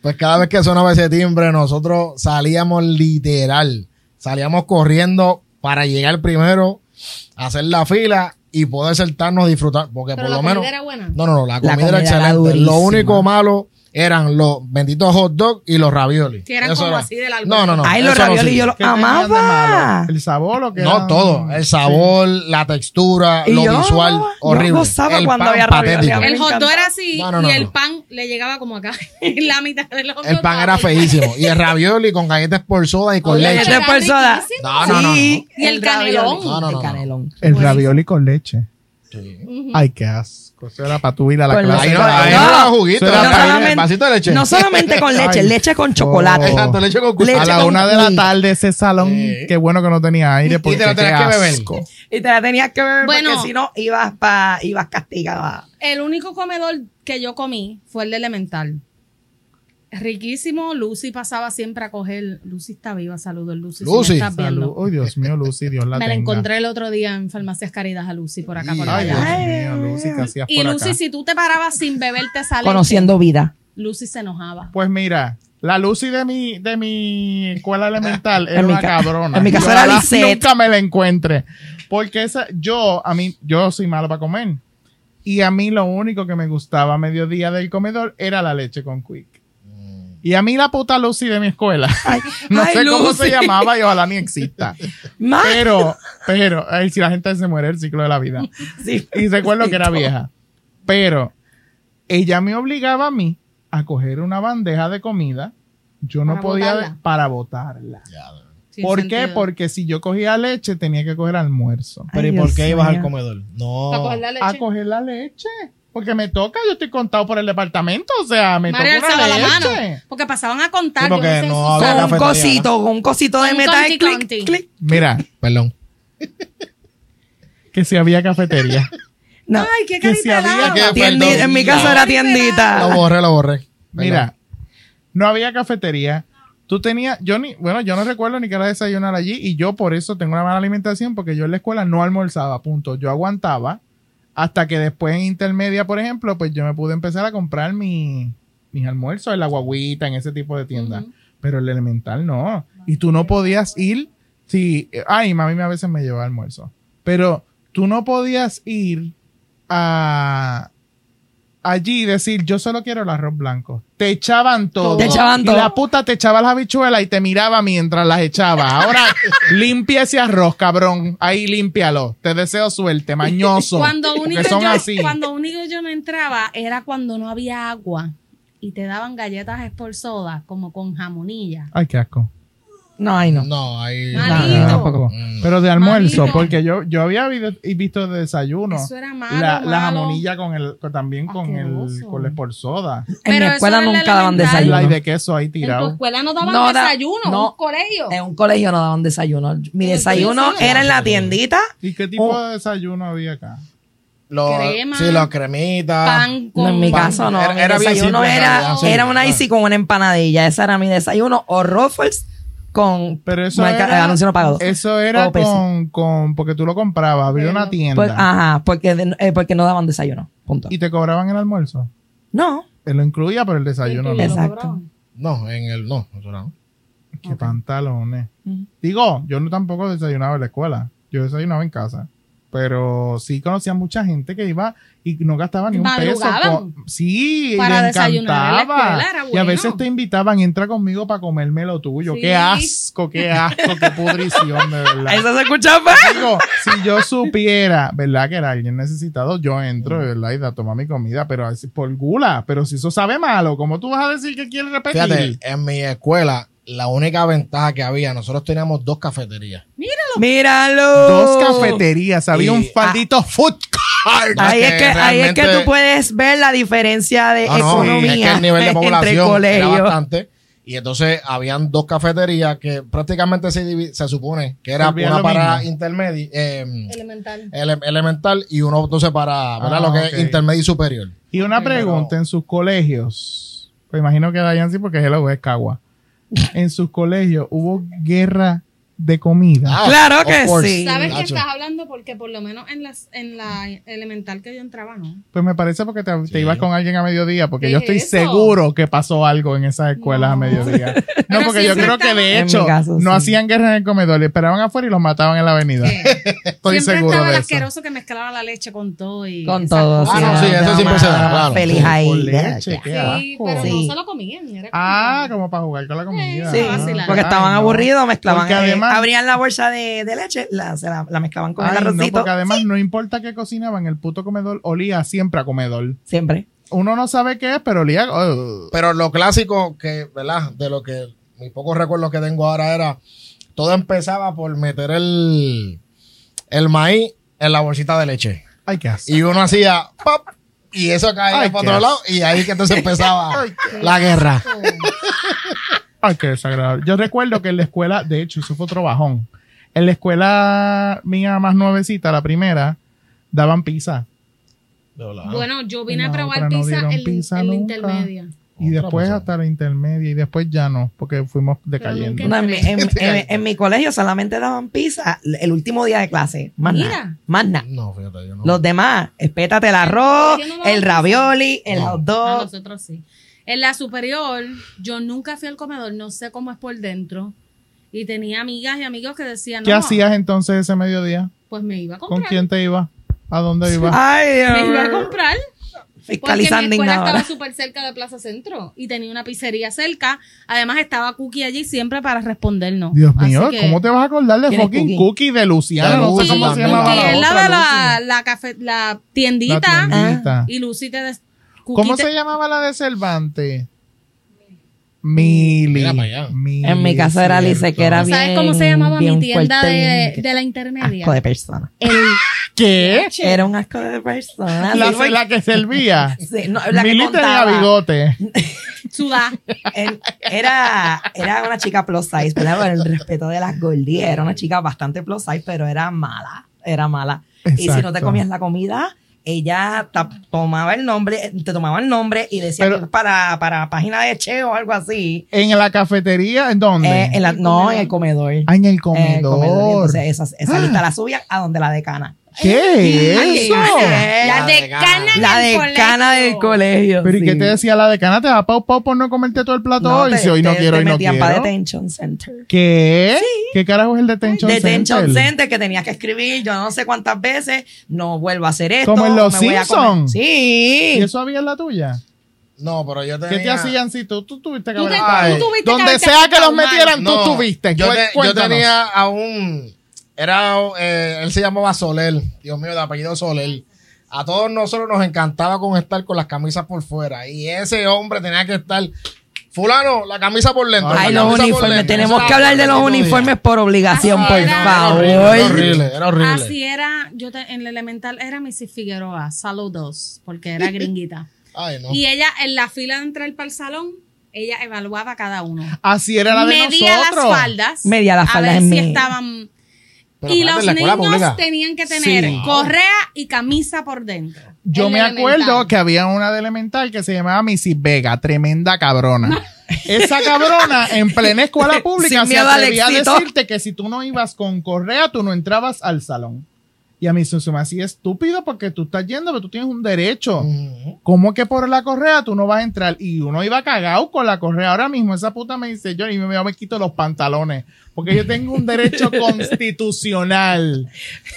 [SPEAKER 5] Pues cada vez que sonaba ese timbre, nosotros salíamos literal. Salíamos corriendo para llegar primero, hacer la fila y poder sentarnos a disfrutar. Porque
[SPEAKER 2] Pero
[SPEAKER 5] por
[SPEAKER 2] la
[SPEAKER 5] lo
[SPEAKER 2] comida
[SPEAKER 5] menos.
[SPEAKER 2] era buena.
[SPEAKER 5] No, no, no, la comida,
[SPEAKER 6] comida
[SPEAKER 5] era
[SPEAKER 6] era
[SPEAKER 5] excelente.
[SPEAKER 6] durísima.
[SPEAKER 5] lo único malo eran los benditos hot dogs y los raviolis.
[SPEAKER 2] Que eran
[SPEAKER 5] Eso
[SPEAKER 2] como
[SPEAKER 5] era.
[SPEAKER 2] así del árbol.
[SPEAKER 5] No, no, no.
[SPEAKER 6] Ay, los
[SPEAKER 5] eso no
[SPEAKER 6] raviolis
[SPEAKER 5] sirve.
[SPEAKER 6] yo los
[SPEAKER 1] ¿Qué tenían de
[SPEAKER 6] amaba.
[SPEAKER 1] malo? ¿El sabor o qué?
[SPEAKER 5] No,
[SPEAKER 1] era? Mm.
[SPEAKER 5] todo. El sabor, la textura,
[SPEAKER 6] Y
[SPEAKER 5] lo
[SPEAKER 6] yo-
[SPEAKER 5] visual,
[SPEAKER 6] yo
[SPEAKER 5] horrible.
[SPEAKER 6] gozaba
[SPEAKER 5] el
[SPEAKER 6] cuando
[SPEAKER 5] pan,
[SPEAKER 6] había ravioles.
[SPEAKER 5] patético.
[SPEAKER 6] A mí
[SPEAKER 2] El
[SPEAKER 6] me
[SPEAKER 2] hot dog
[SPEAKER 6] encanta.
[SPEAKER 2] era así
[SPEAKER 5] No, no, no,
[SPEAKER 2] y el
[SPEAKER 5] no.
[SPEAKER 2] pan le llegaba como acá. en la mitad del hot
[SPEAKER 5] El
[SPEAKER 2] dog
[SPEAKER 5] pan era
[SPEAKER 2] estaba-
[SPEAKER 5] feísimo. Y el ravioli con galletas por soda y con
[SPEAKER 2] Oye,
[SPEAKER 5] leche.
[SPEAKER 2] era
[SPEAKER 6] Este persona-
[SPEAKER 2] riquísimo.
[SPEAKER 5] No, Ah, no, no, no.
[SPEAKER 6] Sí,
[SPEAKER 2] Y el canelón.
[SPEAKER 6] ravioli.
[SPEAKER 5] No, no, no,
[SPEAKER 6] El
[SPEAKER 5] no.
[SPEAKER 6] canelón.
[SPEAKER 1] El
[SPEAKER 2] Buenísimo.
[SPEAKER 1] ravioli con leche.
[SPEAKER 5] pues, Sí.
[SPEAKER 1] Ay, qué asco. Eso era para tu ir a la
[SPEAKER 6] Con
[SPEAKER 1] clase.
[SPEAKER 5] Ahí no,
[SPEAKER 1] de-
[SPEAKER 5] ahí no
[SPEAKER 6] No,
[SPEAKER 5] era juguito,
[SPEAKER 1] no
[SPEAKER 5] era
[SPEAKER 1] solamente-
[SPEAKER 5] vaina, el vasito de leche.
[SPEAKER 6] No solamente con leche,
[SPEAKER 1] Ay.
[SPEAKER 6] leche con chocolate.
[SPEAKER 5] Exacto, leche con
[SPEAKER 6] Leche
[SPEAKER 1] a
[SPEAKER 5] cuchara.
[SPEAKER 1] la
[SPEAKER 6] con-
[SPEAKER 1] una de la
[SPEAKER 6] Uy.
[SPEAKER 1] tarde ese salón,
[SPEAKER 5] Sí.
[SPEAKER 1] qué bueno que no tenía aire porque
[SPEAKER 5] Y te la
[SPEAKER 1] qué
[SPEAKER 5] tenías que beber.
[SPEAKER 1] asco.
[SPEAKER 6] Y te la tenías que beber
[SPEAKER 2] Bueno.
[SPEAKER 6] porque si no ibas pa, ibas castigada.
[SPEAKER 2] El único comedor que yo comí fue el de elemental. Riquísimo. Lucy pasaba siempre a coger. Lucy está viva. Saludos, Lucy. si me
[SPEAKER 5] Lucy,
[SPEAKER 2] estás viendo.
[SPEAKER 1] Salud. Ay, Dios mío, Lucy, Dios la
[SPEAKER 2] Me la
[SPEAKER 1] tenga.
[SPEAKER 2] encontré el otro día en Farmacias Caridas a Lucy por acá. Por
[SPEAKER 1] Ay, Dios
[SPEAKER 2] allá.
[SPEAKER 1] mío, Lucy, ¿qué hacías
[SPEAKER 2] Y
[SPEAKER 1] por
[SPEAKER 2] Lucy,
[SPEAKER 1] acá?
[SPEAKER 2] si tú te parabas sin beberte esa leche,
[SPEAKER 6] Conociendo vida.
[SPEAKER 2] Lucy se enojaba.
[SPEAKER 1] Pues mira, la Lucy de mi, de mi escuela elemental era
[SPEAKER 6] En mi
[SPEAKER 1] una
[SPEAKER 6] ca-
[SPEAKER 1] cabrona.
[SPEAKER 6] en mi casa
[SPEAKER 1] Yo
[SPEAKER 6] era
[SPEAKER 1] ojalá
[SPEAKER 6] Lisette.
[SPEAKER 1] Nunca me la encuentre. Porque esa, yo, a mí, yo soy malo para comer. Y a mí lo único que me gustaba a mediodía del comedor era la leche con quick. Y a mí la puta Lucy de mi escuela, no
[SPEAKER 6] ay,
[SPEAKER 1] sé cómo
[SPEAKER 6] Lucy.
[SPEAKER 1] se llamaba y ojalá ni exista.
[SPEAKER 6] Ma-
[SPEAKER 1] Pero, pero, ay, si la gente se muere el ciclo de la vida.
[SPEAKER 6] Sí.
[SPEAKER 1] Y recuerdo que era vieja. Pero ella me obligaba a mí a coger una bandeja de comida. Yo no
[SPEAKER 2] Para
[SPEAKER 1] podía
[SPEAKER 2] botarla.
[SPEAKER 1] para botarla.
[SPEAKER 5] Ya, de-
[SPEAKER 2] Sin
[SPEAKER 1] ¿Por qué?
[SPEAKER 2] sentido.
[SPEAKER 1] Porque si yo cogía leche tenía que coger almuerzo.
[SPEAKER 5] Pero ¿y
[SPEAKER 6] Ay,
[SPEAKER 5] por
[SPEAKER 6] Dios
[SPEAKER 5] qué ibas
[SPEAKER 6] mío.
[SPEAKER 5] al comedor?
[SPEAKER 2] Para
[SPEAKER 5] No.
[SPEAKER 2] coger la leche.
[SPEAKER 1] A coger la leche. Porque me toca, yo estoy contado por el departamento. O sea, me
[SPEAKER 2] Mario
[SPEAKER 1] toca
[SPEAKER 2] alzaba
[SPEAKER 1] una
[SPEAKER 2] la
[SPEAKER 1] leche.
[SPEAKER 2] mano. Porque pasaban a contar.
[SPEAKER 5] Sí,
[SPEAKER 2] yo
[SPEAKER 5] porque
[SPEAKER 2] sé
[SPEAKER 5] no
[SPEAKER 2] si
[SPEAKER 5] había
[SPEAKER 2] saben.
[SPEAKER 6] Con un
[SPEAKER 5] cafetería,
[SPEAKER 6] cosito, con un cosito de
[SPEAKER 2] Con
[SPEAKER 6] metal.
[SPEAKER 2] Conti,
[SPEAKER 6] clic,
[SPEAKER 2] Conti.
[SPEAKER 6] clic.
[SPEAKER 1] Mira,
[SPEAKER 5] Perdón.
[SPEAKER 1] que si había cafetería.
[SPEAKER 6] No.
[SPEAKER 2] Ay, qué
[SPEAKER 1] Que si
[SPEAKER 2] carita
[SPEAKER 1] había
[SPEAKER 2] larga.
[SPEAKER 5] que-
[SPEAKER 6] Tiendi-
[SPEAKER 5] perdón.
[SPEAKER 6] en mi caso era tiendita.
[SPEAKER 5] Lo borré, lo borré.
[SPEAKER 1] Mira, no había cafetería. Tú tenías, yo ni, bueno, yo no recuerdo ni que era desayunar allí y yo por eso tengo una mala alimentación porque yo en la escuela no almorzaba, punto. Yo aguantaba hasta que después en intermedia, por ejemplo, pues yo me pude empezar a comprar mi, mis almuerzos en la guaguita, en ese tipo de tiendas.
[SPEAKER 2] Ujú.
[SPEAKER 1] Pero el elemental no. Y tú no podías ir si, ay, mami a veces me llevaba almuerzo. Pero tú no podías ir a, allí y decir, yo solo quiero el arroz blanco. Te echaban todo.
[SPEAKER 6] Te echaban todo.
[SPEAKER 1] Y la puta te echaba las habichuelas y te miraba mientras las echaba. Ahora limpia ese arroz, cabrón. Ahí límpialo. Te deseo suerte, mañoso.
[SPEAKER 2] Cuando
[SPEAKER 1] Porque
[SPEAKER 2] único,
[SPEAKER 1] son
[SPEAKER 2] yo,
[SPEAKER 1] así.
[SPEAKER 2] cuando único yo no entraba era cuando no había agua y te daban galletas esporzodas como con jamonilla.
[SPEAKER 1] Ay, qué asco.
[SPEAKER 6] No, ay, no.
[SPEAKER 5] No, ahí.
[SPEAKER 2] Malito.
[SPEAKER 1] No, tampoco.
[SPEAKER 5] Mm.
[SPEAKER 1] Pero de almuerzo,
[SPEAKER 2] Malito.
[SPEAKER 1] porque yo, yo había visto, visto de desayuno
[SPEAKER 2] Eso era malo,
[SPEAKER 1] la, la
[SPEAKER 2] malo.
[SPEAKER 1] jamonilla con el, con- también con el,
[SPEAKER 2] Asqueroso.
[SPEAKER 1] con la esporzoda.
[SPEAKER 6] En mi
[SPEAKER 2] Pero eso
[SPEAKER 6] escuela
[SPEAKER 2] era en la
[SPEAKER 6] nunca daban
[SPEAKER 2] elemental.
[SPEAKER 1] Y
[SPEAKER 2] Ay,
[SPEAKER 1] la
[SPEAKER 6] desayuno.
[SPEAKER 1] de queso ahí
[SPEAKER 2] En tu
[SPEAKER 1] tirado.
[SPEAKER 2] escuela no daban
[SPEAKER 6] No da-
[SPEAKER 2] desayuno,
[SPEAKER 6] no.
[SPEAKER 2] un colegio.
[SPEAKER 6] En un colegio no daban desayuno. Mi
[SPEAKER 2] Pero
[SPEAKER 6] desayuno
[SPEAKER 2] sí, sí.
[SPEAKER 6] era en la tiendita.
[SPEAKER 1] ¿Y qué tipo
[SPEAKER 6] Oh.
[SPEAKER 1] de desayuno había acá?
[SPEAKER 5] Los-
[SPEAKER 2] crema,
[SPEAKER 5] sí, los cremitas.
[SPEAKER 2] Pan
[SPEAKER 6] No,
[SPEAKER 2] con
[SPEAKER 6] en mi
[SPEAKER 5] Pan.
[SPEAKER 6] caso no.
[SPEAKER 5] Era-
[SPEAKER 6] mi
[SPEAKER 5] era bien
[SPEAKER 6] desayuno
[SPEAKER 5] simple, en
[SPEAKER 6] era,
[SPEAKER 5] realidad, sí.
[SPEAKER 6] era una ICI con una empanadilla. Ese era mi desayuno. O Ruffles con
[SPEAKER 1] Pero eso
[SPEAKER 6] marca-
[SPEAKER 1] era-
[SPEAKER 6] eh, anuncio no pagado. Oh,
[SPEAKER 1] Eso era
[SPEAKER 6] O Pepsi.
[SPEAKER 1] con, con- porque tú lo comprabas, había una tienda
[SPEAKER 6] Pues, ajá, porque, de- eh, porque no daban desayuno. Punto.
[SPEAKER 1] y te cobraban el almuerzo.
[SPEAKER 6] No.
[SPEAKER 1] Él lo incluía, pero el desayuno no.
[SPEAKER 6] Exacto.
[SPEAKER 5] No, en el. No, eso no.
[SPEAKER 1] Qué pantalones. Digo, yo no tampoco desayunaba en la escuela. Yo desayunaba en casa. Pero sí conocía mucha gente que iba y no gastaba ni un peso.
[SPEAKER 2] Madrugaban.
[SPEAKER 1] con- sí, y
[SPEAKER 2] Para
[SPEAKER 1] le
[SPEAKER 2] desayunar en la
[SPEAKER 1] encantaba.
[SPEAKER 2] escuela, era
[SPEAKER 1] Y a
[SPEAKER 2] bueno.
[SPEAKER 1] veces te invitaban, entra conmigo para comerme lo tuyo.
[SPEAKER 2] Sí.
[SPEAKER 1] Qué asco, qué asco, qué pudrición, de verdad.
[SPEAKER 6] Eso se escuchaba.
[SPEAKER 1] Digo, si yo supiera, ¿verdad? Que era alguien necesitado, yo entro, ¿verdad? Y da, toma mi comida, pero así por gula. Pero si eso sabe malo, ¿cómo tú vas a decir que quieres repetir?
[SPEAKER 5] Fíjate, en mi escuela, la única ventaja que había, nosotros teníamos dos cafeterías.
[SPEAKER 6] Míralo.
[SPEAKER 1] Dos cafeterías, había
[SPEAKER 5] Y-
[SPEAKER 1] un faldito food court.
[SPEAKER 5] Ah,
[SPEAKER 6] Ahí
[SPEAKER 5] que
[SPEAKER 6] es, que, ahí es que
[SPEAKER 5] realmente-
[SPEAKER 6] tú puedes ver la diferencia de
[SPEAKER 5] Ah, no,
[SPEAKER 6] economía
[SPEAKER 5] es que el nivel de
[SPEAKER 6] entre
[SPEAKER 5] población era
[SPEAKER 6] colegios.
[SPEAKER 5] bastante. Y entonces habían dos cafeterías que prácticamente se, divi- se supone que era
[SPEAKER 1] Servían
[SPEAKER 5] una
[SPEAKER 1] lo
[SPEAKER 5] para
[SPEAKER 1] mismo.
[SPEAKER 5] intermedia, em,
[SPEAKER 2] Elemental.
[SPEAKER 5] ele- elemental y uno entonces para ¿verdad?
[SPEAKER 1] Ah,
[SPEAKER 5] lo que
[SPEAKER 1] ok.
[SPEAKER 5] es intermedio y superior.
[SPEAKER 1] Y una pregunta, en sus colegios, me imagino que Dayan sí, porque Hello es Cagua. En sus colegios hubo guerra de comida.
[SPEAKER 5] Ah,
[SPEAKER 6] Claro
[SPEAKER 5] of
[SPEAKER 6] que
[SPEAKER 5] course.
[SPEAKER 6] sí.
[SPEAKER 2] Sabes que
[SPEAKER 5] Nacho.
[SPEAKER 2] estás hablando porque por lo menos en las en la elemental que yo entraba, no.
[SPEAKER 1] Pues me parece porque te, te ibas con alguien a mediodía, porque
[SPEAKER 2] ¿Qué
[SPEAKER 1] yo
[SPEAKER 2] es
[SPEAKER 1] estoy
[SPEAKER 2] eso?
[SPEAKER 1] seguro que pasó algo en esas escuelas a
[SPEAKER 2] No.
[SPEAKER 1] mediodía. No,
[SPEAKER 2] Pero
[SPEAKER 1] porque yo
[SPEAKER 2] siempre
[SPEAKER 1] creo que de
[SPEAKER 6] En
[SPEAKER 1] hecho
[SPEAKER 6] mi caso,
[SPEAKER 1] no
[SPEAKER 6] sí.
[SPEAKER 1] hacían guerra en el comedor, le esperaban afuera y los mataban en la avenida. Estoy
[SPEAKER 2] Siempre
[SPEAKER 1] seguro
[SPEAKER 2] estaba
[SPEAKER 1] de
[SPEAKER 2] el
[SPEAKER 1] eso.
[SPEAKER 2] asqueroso que mezclaba la leche con todo y
[SPEAKER 6] Con
[SPEAKER 2] esas
[SPEAKER 6] todo.
[SPEAKER 2] cosas.
[SPEAKER 5] Ah, no, sí, eso
[SPEAKER 6] mamá,
[SPEAKER 5] siempre se da, claro.
[SPEAKER 6] Feliz
[SPEAKER 5] Sí,
[SPEAKER 6] ahí.
[SPEAKER 1] Con leche, qué
[SPEAKER 2] Sí,
[SPEAKER 1] asco.
[SPEAKER 2] pero
[SPEAKER 6] Sí.
[SPEAKER 2] no se lo comían. Era
[SPEAKER 1] Ah, como para jugar con la comida.
[SPEAKER 2] Sí,
[SPEAKER 1] Ah,
[SPEAKER 2] sí,
[SPEAKER 6] porque
[SPEAKER 1] ay,
[SPEAKER 6] estaban
[SPEAKER 1] no.
[SPEAKER 6] aburridos, mezclaban.
[SPEAKER 1] Porque
[SPEAKER 6] eh,
[SPEAKER 1] además-
[SPEAKER 6] abrían la bolsa de, de leche, la, se la, la mezclaban con el
[SPEAKER 1] Ay, no,
[SPEAKER 6] arrocito.
[SPEAKER 1] porque además no importa qué cocinaban, el puto comedor olía siempre a comedor.
[SPEAKER 6] Siempre.
[SPEAKER 1] Uno no sabe qué es, pero olía. oh.
[SPEAKER 5] Pero lo clásico que, ¿verdad? De lo que mis pocos recuerdos que tengo ahora era, todo empezaba por meter el, el maíz en la bolsita de leche.
[SPEAKER 1] Ay, qué asco.
[SPEAKER 5] Y uno hacía pop y eso caía
[SPEAKER 1] Ay,
[SPEAKER 5] para
[SPEAKER 1] qué
[SPEAKER 5] otro
[SPEAKER 1] asco.
[SPEAKER 5] lado y ahí que entonces empezaba la guerra.
[SPEAKER 1] Ay, Ah, qué desagradable. Yo recuerdo que en la escuela, de hecho, eso fue otro bajón. En la escuela mía más nuevecita, la primera, daban pizza. Ah,
[SPEAKER 2] Bueno, yo vine
[SPEAKER 1] En
[SPEAKER 2] a
[SPEAKER 1] la
[SPEAKER 2] probar
[SPEAKER 1] otra pues no
[SPEAKER 2] pizza
[SPEAKER 1] dieron
[SPEAKER 2] en,
[SPEAKER 1] pizza
[SPEAKER 2] en la
[SPEAKER 1] nunca.
[SPEAKER 2] intermedia.
[SPEAKER 1] Y
[SPEAKER 5] Otra
[SPEAKER 1] después
[SPEAKER 5] pasada.
[SPEAKER 1] hasta la intermedia y después ya no, porque fuimos decayendo.
[SPEAKER 2] ¿Qué
[SPEAKER 6] No, en, mi, en-
[SPEAKER 5] crees?
[SPEAKER 6] en- en mi colegio solamente daban pizza el último día de clase. Más
[SPEAKER 2] Mira.
[SPEAKER 6] nada. Más nada.
[SPEAKER 5] No, fíjate, yo no.
[SPEAKER 6] Los demás, espétate el arroz,
[SPEAKER 2] Yo no daba
[SPEAKER 6] el
[SPEAKER 2] pizza.
[SPEAKER 6] ravioli, el hot
[SPEAKER 2] Ah,
[SPEAKER 6] dog.
[SPEAKER 2] nosotros sí. En la superior, yo nunca fui al comedor, no sé cómo es por dentro. Y tenía amigas y amigos que decían,
[SPEAKER 1] ¿Qué
[SPEAKER 2] no,
[SPEAKER 1] hacías entonces ese mediodía?
[SPEAKER 2] pues me iba a
[SPEAKER 1] ¿Con
[SPEAKER 2] comprar.
[SPEAKER 1] quién te iba? ¿A dónde iba?
[SPEAKER 2] Ah,
[SPEAKER 6] Ay, Dios
[SPEAKER 2] Me iba a
[SPEAKER 6] mío.
[SPEAKER 2] comprar. Porque mi
[SPEAKER 6] Fiscalizando
[SPEAKER 2] escuela estaba
[SPEAKER 6] indignada.
[SPEAKER 2] súper cerca de Plaza Centro y tenía una pizzería cerca. Además, estaba Cookie allí siempre para respondernos.
[SPEAKER 1] Dios
[SPEAKER 2] Así
[SPEAKER 1] mío,
[SPEAKER 2] que-
[SPEAKER 1] ¿cómo te vas a acordar de
[SPEAKER 6] ¿Quién es
[SPEAKER 1] fucking
[SPEAKER 6] Cookie?
[SPEAKER 1] cookie? de Luciana?
[SPEAKER 5] De
[SPEAKER 1] No sé
[SPEAKER 5] Lucy
[SPEAKER 1] cómo se
[SPEAKER 5] también.
[SPEAKER 1] llamaba
[SPEAKER 2] Cookie
[SPEAKER 1] la
[SPEAKER 2] es la
[SPEAKER 1] otra.
[SPEAKER 2] de la,
[SPEAKER 1] Lucy.
[SPEAKER 2] la cafe- la
[SPEAKER 1] La
[SPEAKER 2] tiendita.
[SPEAKER 1] tiendita.
[SPEAKER 2] Y Lucy te des- Ah. Cookie
[SPEAKER 1] ¿Cómo
[SPEAKER 2] te-
[SPEAKER 1] se llamaba la de Cervantes? Mili.
[SPEAKER 3] Mira para allá.
[SPEAKER 1] Mili,
[SPEAKER 6] En mi casa era
[SPEAKER 1] cierto.
[SPEAKER 6] Lice, que era bien.
[SPEAKER 2] ¿Sabes cómo se llamaba mi
[SPEAKER 6] bien
[SPEAKER 2] tienda
[SPEAKER 6] fuerte,
[SPEAKER 2] de,
[SPEAKER 6] bien- Ah,
[SPEAKER 2] de
[SPEAKER 6] pues.
[SPEAKER 2] la
[SPEAKER 6] Asco
[SPEAKER 2] intermedia?
[SPEAKER 6] de persona.
[SPEAKER 2] El-
[SPEAKER 1] ¿Qué?
[SPEAKER 6] Era un asco de persona.
[SPEAKER 1] La,
[SPEAKER 6] sí, porque-
[SPEAKER 1] la que servía.
[SPEAKER 6] sí, no, Ah, pues, la que
[SPEAKER 1] Mili tenía
[SPEAKER 6] contaba.
[SPEAKER 1] bigote.
[SPEAKER 2] Sudá.
[SPEAKER 6] Él- era, era una chica plus size, ¿verdad? Por el respeto de las gordies. Era una chica bastante plus size, pero era mala. Era mala. Y si no te
[SPEAKER 1] Exacto.
[SPEAKER 6] comías la comida, ella ta- tomaba el nombre, te tomaba el nombre y decía
[SPEAKER 1] Pero-
[SPEAKER 6] que para, para página de Che o algo así.
[SPEAKER 1] ¿En la cafetería? ¿En dónde?
[SPEAKER 6] Eh, en la- no, en el comedor.
[SPEAKER 1] Ah, en el
[SPEAKER 6] En el comedor. Y
[SPEAKER 1] comedor. Ah.
[SPEAKER 6] Entonces, esa, esa lista la subían a donde la decana.
[SPEAKER 1] ¿Qué es eso?
[SPEAKER 6] Eh,
[SPEAKER 2] La decana.
[SPEAKER 6] La
[SPEAKER 2] del
[SPEAKER 6] decana
[SPEAKER 2] colegio.
[SPEAKER 6] del colegio.
[SPEAKER 1] Pero ¿y qué
[SPEAKER 6] sí.
[SPEAKER 1] te decía la decana? Te da pau pau por no comerte todo el plato
[SPEAKER 6] No,
[SPEAKER 1] hoy.
[SPEAKER 6] te-
[SPEAKER 1] Si hoy no
[SPEAKER 6] te-
[SPEAKER 1] quiero,
[SPEAKER 6] te
[SPEAKER 1] hoy no
[SPEAKER 6] metían para
[SPEAKER 1] quiero.
[SPEAKER 6] Detention Center.
[SPEAKER 1] ¿Qué? ¿Qué carajo es el detention center?
[SPEAKER 6] Detention Center que tenías que escribir yo no sé cuántas veces, no vuelvo a hacer esto.
[SPEAKER 1] Como en Los
[SPEAKER 6] me voy a comer-
[SPEAKER 1] Simpson.
[SPEAKER 6] Sí.
[SPEAKER 1] ¿Y eso había en la tuya?
[SPEAKER 5] No, pero yo tenía.
[SPEAKER 1] ¿Qué te hacían si tú, tú tuviste que
[SPEAKER 2] Tú
[SPEAKER 1] haber-
[SPEAKER 2] te- tú
[SPEAKER 1] Ay,
[SPEAKER 2] tuviste que
[SPEAKER 1] Donde
[SPEAKER 2] haber
[SPEAKER 1] sea que los
[SPEAKER 2] caído mal.
[SPEAKER 1] metieran,
[SPEAKER 5] No,
[SPEAKER 1] tú tuviste.
[SPEAKER 5] Yo, te- yo
[SPEAKER 1] Cuéntanos.
[SPEAKER 5] tenía a un. Era, eh, él se llamaba Soler. Dios mío, de apellido Soler. A todos nosotros nos encantaba con estar con las camisas por fuera. Y ese hombre tenía que estar. Fulano, la camisa por dentro.
[SPEAKER 6] Ay,
[SPEAKER 5] la
[SPEAKER 6] los
[SPEAKER 5] camisa por
[SPEAKER 6] uniformes.
[SPEAKER 5] dentro.
[SPEAKER 6] Tenemos que
[SPEAKER 5] Eso era
[SPEAKER 6] hablar de los
[SPEAKER 5] todo el día.
[SPEAKER 6] uniformes por obligación,
[SPEAKER 2] Ay,
[SPEAKER 6] por
[SPEAKER 2] no, no,
[SPEAKER 5] Era horrible, era
[SPEAKER 6] favor.
[SPEAKER 5] horrible, era horrible.
[SPEAKER 2] Así era, yo te- en la elemental era Mrs. Figueroa, saludos, porque era gringuita.
[SPEAKER 5] Ay, no.
[SPEAKER 2] Y ella, en la fila de entrar para el salón, ella evaluaba a cada uno.
[SPEAKER 1] Así era la de
[SPEAKER 2] Medía
[SPEAKER 1] nosotros.
[SPEAKER 2] las faldas.
[SPEAKER 6] Medía las faldas
[SPEAKER 2] A ver
[SPEAKER 6] en
[SPEAKER 2] si
[SPEAKER 6] mí.
[SPEAKER 2] estaban.
[SPEAKER 5] Pero
[SPEAKER 2] y los
[SPEAKER 5] espérate, la escuela
[SPEAKER 2] niños
[SPEAKER 5] pública.
[SPEAKER 2] tenían que tener
[SPEAKER 1] Sí.
[SPEAKER 2] correa y camisa por dentro.
[SPEAKER 1] Yo
[SPEAKER 2] En
[SPEAKER 1] me
[SPEAKER 2] la
[SPEAKER 1] acuerdo
[SPEAKER 2] elemental.
[SPEAKER 1] que había una de elemental que se llamaba Missy Vega, tremenda cabrona. Esa cabrona en plena escuela pública
[SPEAKER 6] Sin
[SPEAKER 1] se
[SPEAKER 6] miedo al
[SPEAKER 1] atrevía a
[SPEAKER 6] éxito.
[SPEAKER 1] decirte que si tú no ibas con correa, tú no entrabas al salón. Y a mí se me hacía estúpido porque tú estás yendo, pero tú tienes un derecho.
[SPEAKER 6] Mm.
[SPEAKER 5] Ujú.
[SPEAKER 1] ¿Cómo que por la correa tú no vas a entrar? Y uno iba cagado con la correa. Ahora mismo esa puta me dice yo y me, yo me quito los pantalones. Porque yo tengo un derecho constitucional.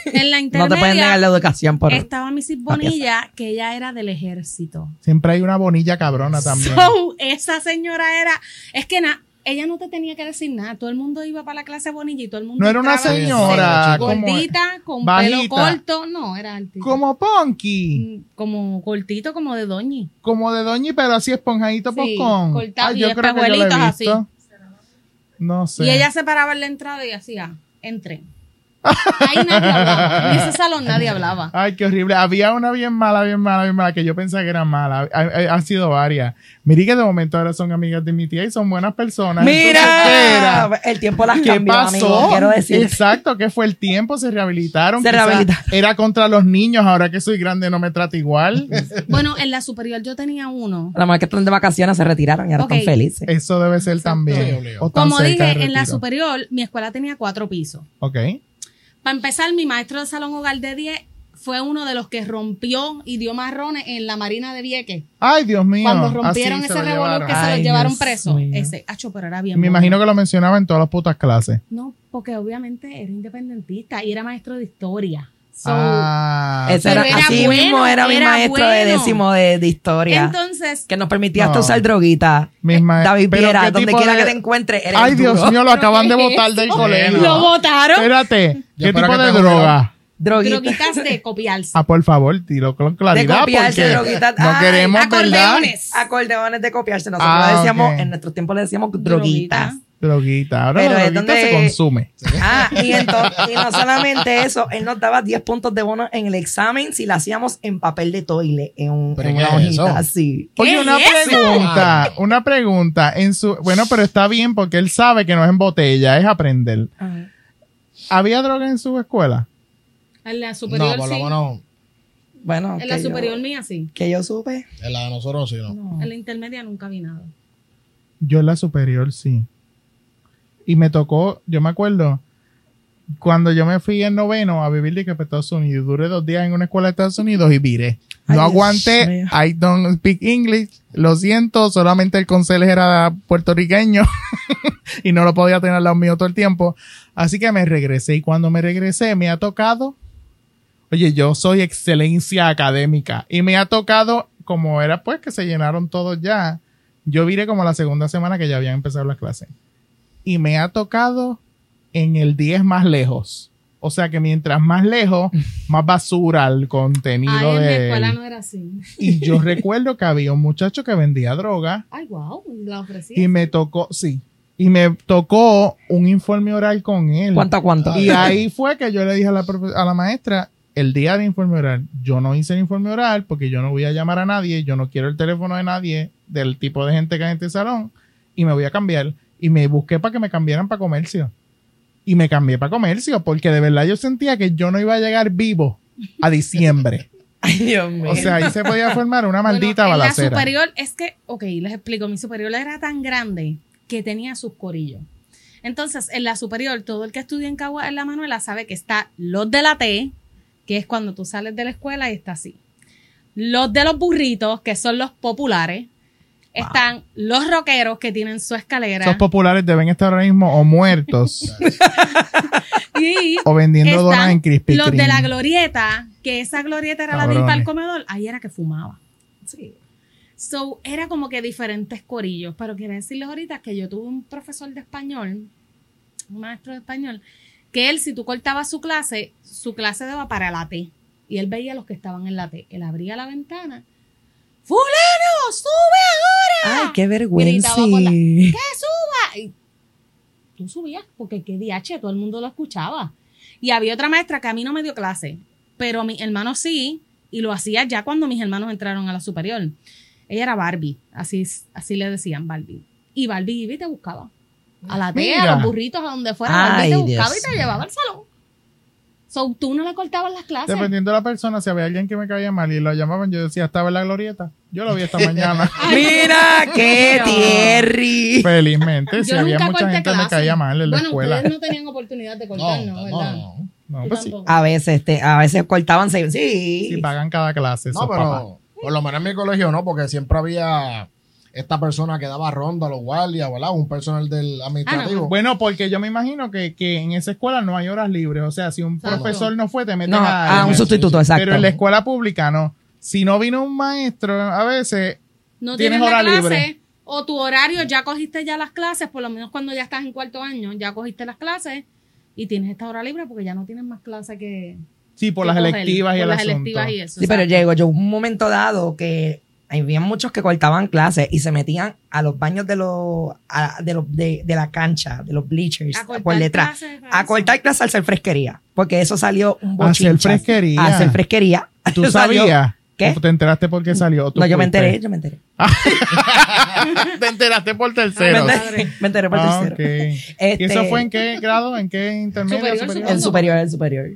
[SPEAKER 2] En la
[SPEAKER 6] No te pueden negar
[SPEAKER 2] intermedia
[SPEAKER 6] la educación por
[SPEAKER 2] estaba Mrs. Bonilla, que ella era del ejército.
[SPEAKER 1] Siempre hay una bonilla cabrona también.
[SPEAKER 2] So, esa señora era, es que na- ella no te tenía que decir nada, todo el mundo iba para la clase bonilla y todo el mundo
[SPEAKER 1] No era una
[SPEAKER 2] entraba
[SPEAKER 1] señora. como-
[SPEAKER 2] gordita, con
[SPEAKER 1] bajita.
[SPEAKER 2] pelo corto, no, era altita.
[SPEAKER 1] Como Ponky.
[SPEAKER 2] Mm, como cortito, como de doñi.
[SPEAKER 1] Como de Doñi, pero así esponjadito
[SPEAKER 2] Sí,
[SPEAKER 1] poscón.
[SPEAKER 2] cortado
[SPEAKER 1] Ay,
[SPEAKER 2] y
[SPEAKER 1] yo creo que yo lo he
[SPEAKER 2] espejuelitos
[SPEAKER 1] visto. No sé.
[SPEAKER 2] Y ella se paraba en la entrada y hacía, entre. Ahí nadie hablaba, en ese salón nadie hablaba.
[SPEAKER 1] Ay, qué horrible. Había una bien mala, bien mala, bien mala, que yo pensaba que era mala. Ha- ha- Han sido varias. Mire que de momento ahora son amigas de mi tía y son buenas personas. Entonces, ¿qué era?
[SPEAKER 6] Mira, el tiempo las
[SPEAKER 1] ¿Qué
[SPEAKER 6] cambió,
[SPEAKER 1] pasó?
[SPEAKER 6] amigo, quiero decir.
[SPEAKER 1] Exacto, que fue el tiempo, se rehabilitaron.
[SPEAKER 6] Se
[SPEAKER 1] quizá
[SPEAKER 6] rehabilitaron.
[SPEAKER 1] Era contra los niños, ahora que soy grande no me trata igual.
[SPEAKER 2] Bueno, en la superior yo tenía uno.
[SPEAKER 6] La más que están de vacaciones se retiraron y ahora
[SPEAKER 2] Ok.
[SPEAKER 6] están felices.
[SPEAKER 1] Eso debe ser
[SPEAKER 5] Sí,
[SPEAKER 1] también.
[SPEAKER 5] obligado.
[SPEAKER 1] O tan
[SPEAKER 2] Como
[SPEAKER 1] cerca
[SPEAKER 2] dije,
[SPEAKER 1] de
[SPEAKER 2] en la
[SPEAKER 1] retiro.
[SPEAKER 2] superior mi escuela tenía cuatro pisos.
[SPEAKER 1] Ok.
[SPEAKER 2] Para empezar, mi maestro de salón hogar de 10 fue uno de los que rompió y dio marrones en la Marina de Vieques.
[SPEAKER 1] Ay, Dios mío.
[SPEAKER 2] Cuando
[SPEAKER 1] así
[SPEAKER 2] rompieron
[SPEAKER 1] se
[SPEAKER 2] ese
[SPEAKER 1] lo
[SPEAKER 2] revolú
[SPEAKER 1] llevaron.
[SPEAKER 2] que se
[SPEAKER 6] Ay,
[SPEAKER 2] los llevaron
[SPEAKER 6] Dios
[SPEAKER 2] preso.
[SPEAKER 6] mío.
[SPEAKER 2] Ese, hacho, pero era bien.
[SPEAKER 1] Me
[SPEAKER 2] bueno.
[SPEAKER 1] imagino que lo mencionaba en todas las putas clases.
[SPEAKER 2] No, porque obviamente era independentista y era maestro de historia. So,
[SPEAKER 1] ah,
[SPEAKER 6] Eso
[SPEAKER 2] pero
[SPEAKER 6] era,
[SPEAKER 2] era
[SPEAKER 6] así
[SPEAKER 2] bueno,
[SPEAKER 6] mismo era mi
[SPEAKER 2] era
[SPEAKER 6] maestro de
[SPEAKER 2] bueno.
[SPEAKER 6] décimo de, de historia.
[SPEAKER 2] entonces,
[SPEAKER 6] que nos permitía hasta
[SPEAKER 1] No.
[SPEAKER 6] usar droguita.
[SPEAKER 1] mis ma-
[SPEAKER 6] David
[SPEAKER 1] pero
[SPEAKER 6] Viera,
[SPEAKER 1] qué
[SPEAKER 6] donde
[SPEAKER 1] tipo
[SPEAKER 6] quiera
[SPEAKER 1] de-
[SPEAKER 6] que te encuentre. eres
[SPEAKER 1] Ay, Dios
[SPEAKER 6] duro.
[SPEAKER 1] mío, lo acaban de
[SPEAKER 2] ¿Qué es
[SPEAKER 1] botar del
[SPEAKER 2] eso?
[SPEAKER 1] colegio.
[SPEAKER 2] lo votaron.
[SPEAKER 1] Espérate,
[SPEAKER 5] Yo
[SPEAKER 1] ¿qué
[SPEAKER 5] espero
[SPEAKER 1] tipo
[SPEAKER 5] que
[SPEAKER 1] de
[SPEAKER 5] te
[SPEAKER 1] droga?
[SPEAKER 6] Droguita.
[SPEAKER 2] Droguitas de copiarse.
[SPEAKER 1] Ah, por favor, dilo con claridad.
[SPEAKER 6] copiarse,
[SPEAKER 1] porque
[SPEAKER 6] droguita.
[SPEAKER 1] No
[SPEAKER 6] Ay,
[SPEAKER 1] queremos, ¿verdad?
[SPEAKER 2] Acordeones.
[SPEAKER 6] Acordeones de copiarse. Nosotros
[SPEAKER 1] Ah,
[SPEAKER 6] le decíamos,
[SPEAKER 1] ok.
[SPEAKER 6] en nuestro tiempo le decíamos droguitas.
[SPEAKER 2] Droguita.
[SPEAKER 1] Droguita. Ahora
[SPEAKER 6] Pero
[SPEAKER 1] la
[SPEAKER 6] es
[SPEAKER 1] droguita se
[SPEAKER 6] donde-
[SPEAKER 1] consume.
[SPEAKER 6] Ah, y, entonces, y no solamente eso, él nos daba 10 puntos de bono en el examen si lo hacíamos en papel de toile, en, un,
[SPEAKER 5] ¿Pero
[SPEAKER 6] en
[SPEAKER 5] qué
[SPEAKER 6] una
[SPEAKER 5] es eso?
[SPEAKER 6] hojita así.
[SPEAKER 1] Oye,
[SPEAKER 2] ¿Qué
[SPEAKER 1] una
[SPEAKER 2] es eso?
[SPEAKER 1] pregunta, una pregunta. En su, bueno, pero está bien porque él sabe que no es en botella, es aprender. ¿Había droga en su escuela?
[SPEAKER 2] En la
[SPEAKER 5] No,
[SPEAKER 2] superior
[SPEAKER 5] por lo
[SPEAKER 2] sí.
[SPEAKER 5] menos
[SPEAKER 6] Bueno,
[SPEAKER 2] En la
[SPEAKER 6] que yo-
[SPEAKER 2] superior mía sí.
[SPEAKER 6] que yo supe.
[SPEAKER 5] en la de nosotros sí, no.
[SPEAKER 2] En la intermedia nunca vi nada.
[SPEAKER 1] Yo en la superior sí. Y me tocó, yo me acuerdo, cuando yo me fui en noveno a vivir de que para Estados Unidos, duré dos días en una escuela de Estados Unidos y viré.
[SPEAKER 6] Ay,
[SPEAKER 1] No
[SPEAKER 6] Dios
[SPEAKER 1] aguanté,
[SPEAKER 6] mío.
[SPEAKER 1] I don't speak English, lo siento, solamente el conserje era puertorriqueño y no lo podía tener al lado mío todo el tiempo. Así que me regresé y cuando me regresé me ha tocado Oye, yo soy excelencia académica y me ha tocado, como era pues que se llenaron todos ya, yo vine como la segunda semana que ya habían empezado las clases. Y me ha tocado en el 10 más lejos. O sea que mientras más lejos, más basura el contenido
[SPEAKER 2] Ay, Ah, en mi
[SPEAKER 1] de...
[SPEAKER 2] escuela no era así.
[SPEAKER 1] Y yo recuerdo que había un muchacho que vendía droga
[SPEAKER 2] Ay, wow, la ofrecí.
[SPEAKER 1] y me tocó, sí, y me tocó un informe oral con él.
[SPEAKER 6] ¿Cuánto a cuánto?
[SPEAKER 1] Y ahí fue que yo le dije a la, profe- a la maestra, el día de informe oral, yo no hice el informe oral porque yo no voy a llamar a nadie, yo no quiero el teléfono de nadie, del tipo de gente que hay en este salón, y me voy a cambiar. Y me busqué para que me cambiaran para comercio. Y me cambié para comercio porque de verdad yo sentía que yo no iba a llegar vivo a diciembre.
[SPEAKER 6] Ay, Dios mío.
[SPEAKER 1] O sea, ahí se podía formar una
[SPEAKER 2] Bueno,
[SPEAKER 1] maldita
[SPEAKER 2] en
[SPEAKER 1] balacera.
[SPEAKER 2] La superior es que, ok, les explico, mi superior era tan grande que tenía sus corillos. Entonces, en la superior, todo el que estudia en Cagua en la Manuela sabe que está los de la T, que es cuando tú sales de la escuela y está así. Los de los burritos, que son los populares. Están los rockeros que tienen su escalera.
[SPEAKER 1] Esos populares deben estar ahora mismo o muertos
[SPEAKER 2] y
[SPEAKER 1] o vendiendo donas
[SPEAKER 2] están
[SPEAKER 1] en Krispy
[SPEAKER 2] los de la
[SPEAKER 1] Kreme.
[SPEAKER 2] glorieta, que esa glorieta era la del
[SPEAKER 1] Cabrones.
[SPEAKER 2] pal comedor, ahí era que fumaba. Sí. So, era como que diferentes corillos, pero quiero decirles ahorita que yo tuve un profesor de español, un maestro de español, que él, si tú cortabas su clase, su clase daba para la T. Y él veía los que estaban en la T. Él abría la ventana. ¡Fulano! ¡Sube ahora!
[SPEAKER 6] Ay, qué vergüenza.
[SPEAKER 2] Gritaba por la- ¡Que suba! Y tú subías, porque qué DH, todo el mundo lo escuchaba. Y había otra maestra que a mí no me dio clase, pero mis hermanos sí, y lo hacía ya cuando mis hermanos entraron a la superior. Ella era Barbie, así, así le decían Barbie. Y Barbie iba y te buscaba. A la tía,
[SPEAKER 1] Mira.
[SPEAKER 2] a los burritos, a donde fuera, Barbie
[SPEAKER 6] Ay,
[SPEAKER 2] te buscaba
[SPEAKER 6] Dios
[SPEAKER 2] y te
[SPEAKER 6] mío.
[SPEAKER 2] llevaba al salón. So, tú no le cortabas las clases.
[SPEAKER 1] Dependiendo de la persona, si había alguien que me caía mal y lo llamaban, yo decía, estaba en la glorieta. Yo lo vi esta mañana.
[SPEAKER 6] Mira, qué
[SPEAKER 2] No.
[SPEAKER 6] Thierry.
[SPEAKER 1] Felizmente, si
[SPEAKER 2] Yo
[SPEAKER 1] había
[SPEAKER 2] nunca
[SPEAKER 1] mucha
[SPEAKER 2] corté
[SPEAKER 1] gente que me
[SPEAKER 2] clase.
[SPEAKER 1] caía mal en la
[SPEAKER 2] bueno,
[SPEAKER 1] escuela.
[SPEAKER 2] ustedes no tenían oportunidad de cortar, ¿no? ¿Verdad?
[SPEAKER 1] No,
[SPEAKER 2] Tú
[SPEAKER 1] pues sí,
[SPEAKER 2] tampoco.
[SPEAKER 6] A veces, este, a veces cortaban seis. Sí.
[SPEAKER 1] sí pagan cada clase.
[SPEAKER 5] No,
[SPEAKER 1] esos
[SPEAKER 5] pero
[SPEAKER 1] papás.
[SPEAKER 5] por lo menos en mi colegio no, porque siempre había esta persona que daba ronda a los guardias, ¿verdad? Un personal del administrativo.
[SPEAKER 1] Bueno, porque yo me imagino que, que en esa escuela no hay horas libres. O sea, si un
[SPEAKER 2] Exacto.
[SPEAKER 1] profesor no fue, te meten
[SPEAKER 6] no,
[SPEAKER 1] a,
[SPEAKER 6] a un
[SPEAKER 5] sí,
[SPEAKER 6] sustituto,
[SPEAKER 5] sí.
[SPEAKER 6] exacto.
[SPEAKER 1] Pero en la escuela pública no. Si no vino un maestro, a veces
[SPEAKER 2] no
[SPEAKER 1] Tienes
[SPEAKER 2] tienes, la
[SPEAKER 1] hora
[SPEAKER 2] clase
[SPEAKER 1] libre.
[SPEAKER 2] o tu horario, ya cogiste ya las clases, por lo menos cuando ya estás en cuarto año, ya cogiste las clases y tienes esta hora libre porque ya no tienes más clases que
[SPEAKER 1] Sí, por
[SPEAKER 2] que
[SPEAKER 1] las
[SPEAKER 2] coger,
[SPEAKER 1] electivas y
[SPEAKER 2] por
[SPEAKER 1] el
[SPEAKER 2] las
[SPEAKER 1] asunto.
[SPEAKER 2] electivas y eso.
[SPEAKER 6] Sí, pero
[SPEAKER 2] exacto.
[SPEAKER 6] llegó yo un momento dado que había muchos que cortaban clases y se metían a los baños de los, a- de, los de, de la cancha, de los bleachers,
[SPEAKER 2] A cortar
[SPEAKER 6] por detrás.
[SPEAKER 2] clases, para
[SPEAKER 6] A
[SPEAKER 2] eso.
[SPEAKER 6] cortar clases al ser fresquería, porque eso salió un
[SPEAKER 1] Hacer
[SPEAKER 6] bochincha.
[SPEAKER 1] fresquería.
[SPEAKER 6] A hacer fresquería.
[SPEAKER 1] ¿Tú
[SPEAKER 6] Salió-
[SPEAKER 1] sabías?
[SPEAKER 6] ¿Qué?
[SPEAKER 1] ¿O ¿Te enteraste por qué salió? ¿O tú
[SPEAKER 6] No, yo me
[SPEAKER 1] fuiste?
[SPEAKER 6] enteré, yo me enteré.
[SPEAKER 2] Ah,
[SPEAKER 1] Te enteraste por
[SPEAKER 6] Me
[SPEAKER 1] tercero.
[SPEAKER 6] enteré, me enteré por
[SPEAKER 1] Ah,
[SPEAKER 6] tercero.
[SPEAKER 1] ok. ¿Y
[SPEAKER 6] Este,
[SPEAKER 1] eso fue en qué grado? ¿En qué intermedio?
[SPEAKER 2] Superior,
[SPEAKER 6] El superior, el superior.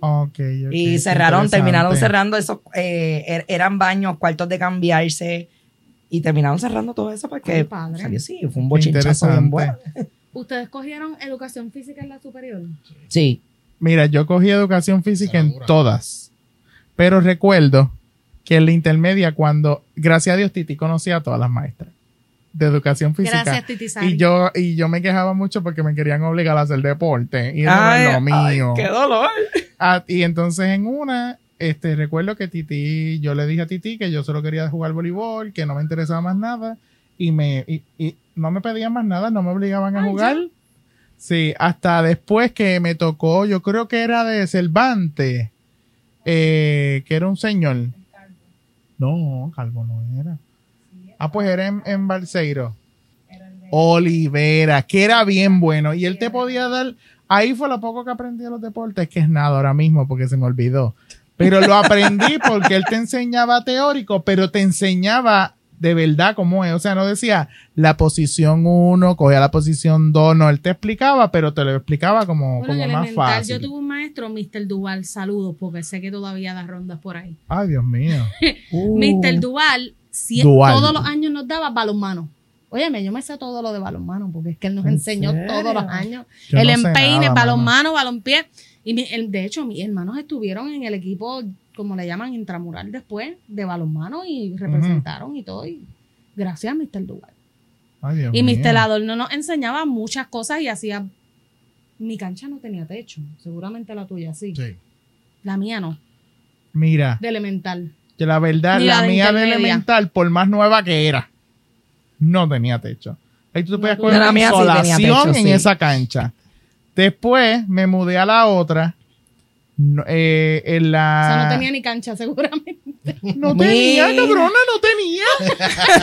[SPEAKER 1] Ok, ok,
[SPEAKER 6] Y
[SPEAKER 1] qué
[SPEAKER 6] cerraron, terminaron
[SPEAKER 1] interesante.
[SPEAKER 6] cerrando esos, eh, er- eran baños, cuartos de cambiarse. Y terminaron cerrando todo eso
[SPEAKER 2] Ay,
[SPEAKER 6] porque
[SPEAKER 2] padre.
[SPEAKER 6] salió, sí, fue un bochinchazo
[SPEAKER 1] Interesante.
[SPEAKER 6] bien bueno.
[SPEAKER 2] Ustedes cogieron educación física en la superior.
[SPEAKER 6] Sí.
[SPEAKER 1] Mira, yo cogí educación física en
[SPEAKER 5] Segura.
[SPEAKER 1] todas. Pero recuerdo que en la intermedia, cuando, gracias a Dios, Titi conocía a todas las maestras de educación física.
[SPEAKER 2] Gracias, Titi Sari.
[SPEAKER 1] y yo, y yo me quejaba mucho porque me querían obligar a hacer deporte. Y eso no es lo
[SPEAKER 6] ay,
[SPEAKER 1] mío.
[SPEAKER 6] qué dolor.
[SPEAKER 1] Ah, y entonces en una, este, recuerdo que Titi, yo le dije a Titi que yo solo quería jugar voleibol, que no me interesaba más nada, y me, y, y no me pedían más nada, no me obligaban a
[SPEAKER 2] Ah,
[SPEAKER 1] jugar. Sí, hasta después que me tocó, yo creo que era de Cervantes, eh, que era un señor. No, Calvo no era. Ah, pues era en, en Balseiro. Olivera, que era bien bueno. Y él te podía dar. Ahí fue lo poco que aprendí de los deportes, que es nada ahora mismo porque se me olvidó. Pero lo aprendí porque él te enseñaba teórico, pero te enseñaba de verdad cómo es. O sea, no decía la posición 1, cogía la posición 2. No, él te explicaba, pero te lo explicaba como,
[SPEAKER 2] Bueno, en
[SPEAKER 1] como más
[SPEAKER 2] elemental
[SPEAKER 1] fácil.
[SPEAKER 2] yo tuve un maestro, Mr. Duval, saludos, porque sé que todavía da rondas por ahí.
[SPEAKER 1] Ay, Dios mío. Uh.
[SPEAKER 6] Uh.
[SPEAKER 2] Mr. Duval, si
[SPEAKER 1] Duval.
[SPEAKER 2] todos los años nos daba balonmano. Óyeme, yo me sé todo lo de balonmano porque es que él nos
[SPEAKER 6] ¿En
[SPEAKER 2] enseñó
[SPEAKER 6] serio?
[SPEAKER 2] todos los años.
[SPEAKER 1] Yo
[SPEAKER 2] el
[SPEAKER 1] no sé
[SPEAKER 2] empeine,
[SPEAKER 1] nada,
[SPEAKER 2] balonmano, balonpié. Y mi- el- de hecho, mis hermanos estuvieron en el equipo, como le llaman, intramural después, de balonmano y representaron y todo. y gracias a Mr. Duval.
[SPEAKER 1] Ay, Dios
[SPEAKER 2] Y
[SPEAKER 1] mío.
[SPEAKER 2] Mr. Adorno nos enseñaba muchas cosas y hacía... Mi cancha no tenía techo, seguramente la tuya sí.
[SPEAKER 5] Sí.
[SPEAKER 2] La mía no.
[SPEAKER 1] Mira,
[SPEAKER 2] de elemental.
[SPEAKER 1] que la verdad,
[SPEAKER 2] Ni
[SPEAKER 1] la,
[SPEAKER 2] la de
[SPEAKER 1] mía de
[SPEAKER 2] intermedia.
[SPEAKER 1] elemental, por más nueva que era, no tenía techo. Ahí tú te podías coger
[SPEAKER 6] No,
[SPEAKER 1] una
[SPEAKER 6] la mía sí tenía
[SPEAKER 1] insolación
[SPEAKER 6] techo,
[SPEAKER 1] en
[SPEAKER 6] sí.
[SPEAKER 1] esa cancha. Después me mudé a la otra. no- eh, en
[SPEAKER 2] O sea,
[SPEAKER 1] la...
[SPEAKER 2] no tenía ni cancha, seguramente.
[SPEAKER 1] No tenía,
[SPEAKER 6] Mira.
[SPEAKER 1] cabrona, no tenía.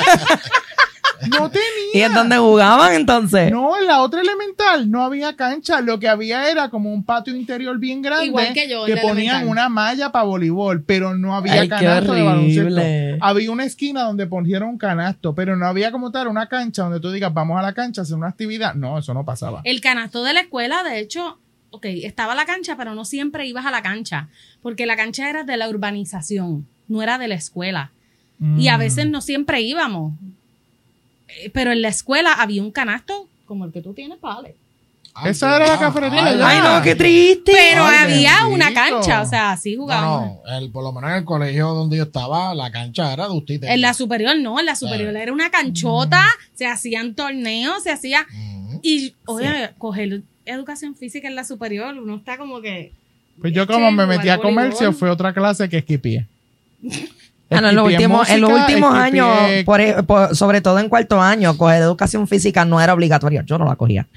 [SPEAKER 1] no tenía.
[SPEAKER 6] ¿Y en dónde jugaban entonces?
[SPEAKER 1] No, en la otra elemental no había cancha. Lo que había era como un patio interior bien grande.
[SPEAKER 2] Igual que yo en la
[SPEAKER 1] ponían
[SPEAKER 2] elemental.
[SPEAKER 1] una malla para voleibol, pero no había
[SPEAKER 6] Ay, qué
[SPEAKER 1] canasto de baloncesto.
[SPEAKER 6] horrible.
[SPEAKER 1] Había una esquina donde ponieron un canasto, pero no había como tal una cancha donde tú digas, vamos a la cancha a hacer una actividad. No, eso no pasaba.
[SPEAKER 2] El canasto de la escuela, de hecho, ok, estaba la cancha, pero no siempre ibas a la cancha, porque la cancha era de la urbanización, no era de la escuela. Y
[SPEAKER 5] Mm.
[SPEAKER 2] a
[SPEAKER 1] Mm.
[SPEAKER 2] veces no siempre íbamos. Eh, Pero en la escuela había un canasto como el que tú tienes, vale.
[SPEAKER 1] Esa era la cafetería,
[SPEAKER 5] Ay,
[SPEAKER 1] ¿verdad?
[SPEAKER 6] Ay, no, qué triste.
[SPEAKER 2] Pero
[SPEAKER 1] Ay,
[SPEAKER 2] había
[SPEAKER 1] bendito.
[SPEAKER 2] una cancha, o sea, así jugábamos.
[SPEAKER 5] No, no, el, por lo menos en el colegio donde yo estaba, la cancha era de Mm. usted.
[SPEAKER 2] En la superior no, en la superior era una canchota, se hacían torneos, se hacía...
[SPEAKER 5] Ujú.
[SPEAKER 2] Y, oye, coger educación física en la superior, uno está como que...
[SPEAKER 1] Pues yo
[SPEAKER 2] Leche,
[SPEAKER 1] como me metí a
[SPEAKER 2] jugar
[SPEAKER 1] comercio,
[SPEAKER 2] voleibol.
[SPEAKER 1] fue otra clase que esquipié.
[SPEAKER 6] Ah, no, en los
[SPEAKER 1] Esquipié
[SPEAKER 6] últimos, en los
[SPEAKER 1] música,
[SPEAKER 6] últimos
[SPEAKER 1] esquipié
[SPEAKER 6] años, por- e, por- sobre todo en cuarto año, coger educación física no era obligatoria. Yo no la cogía.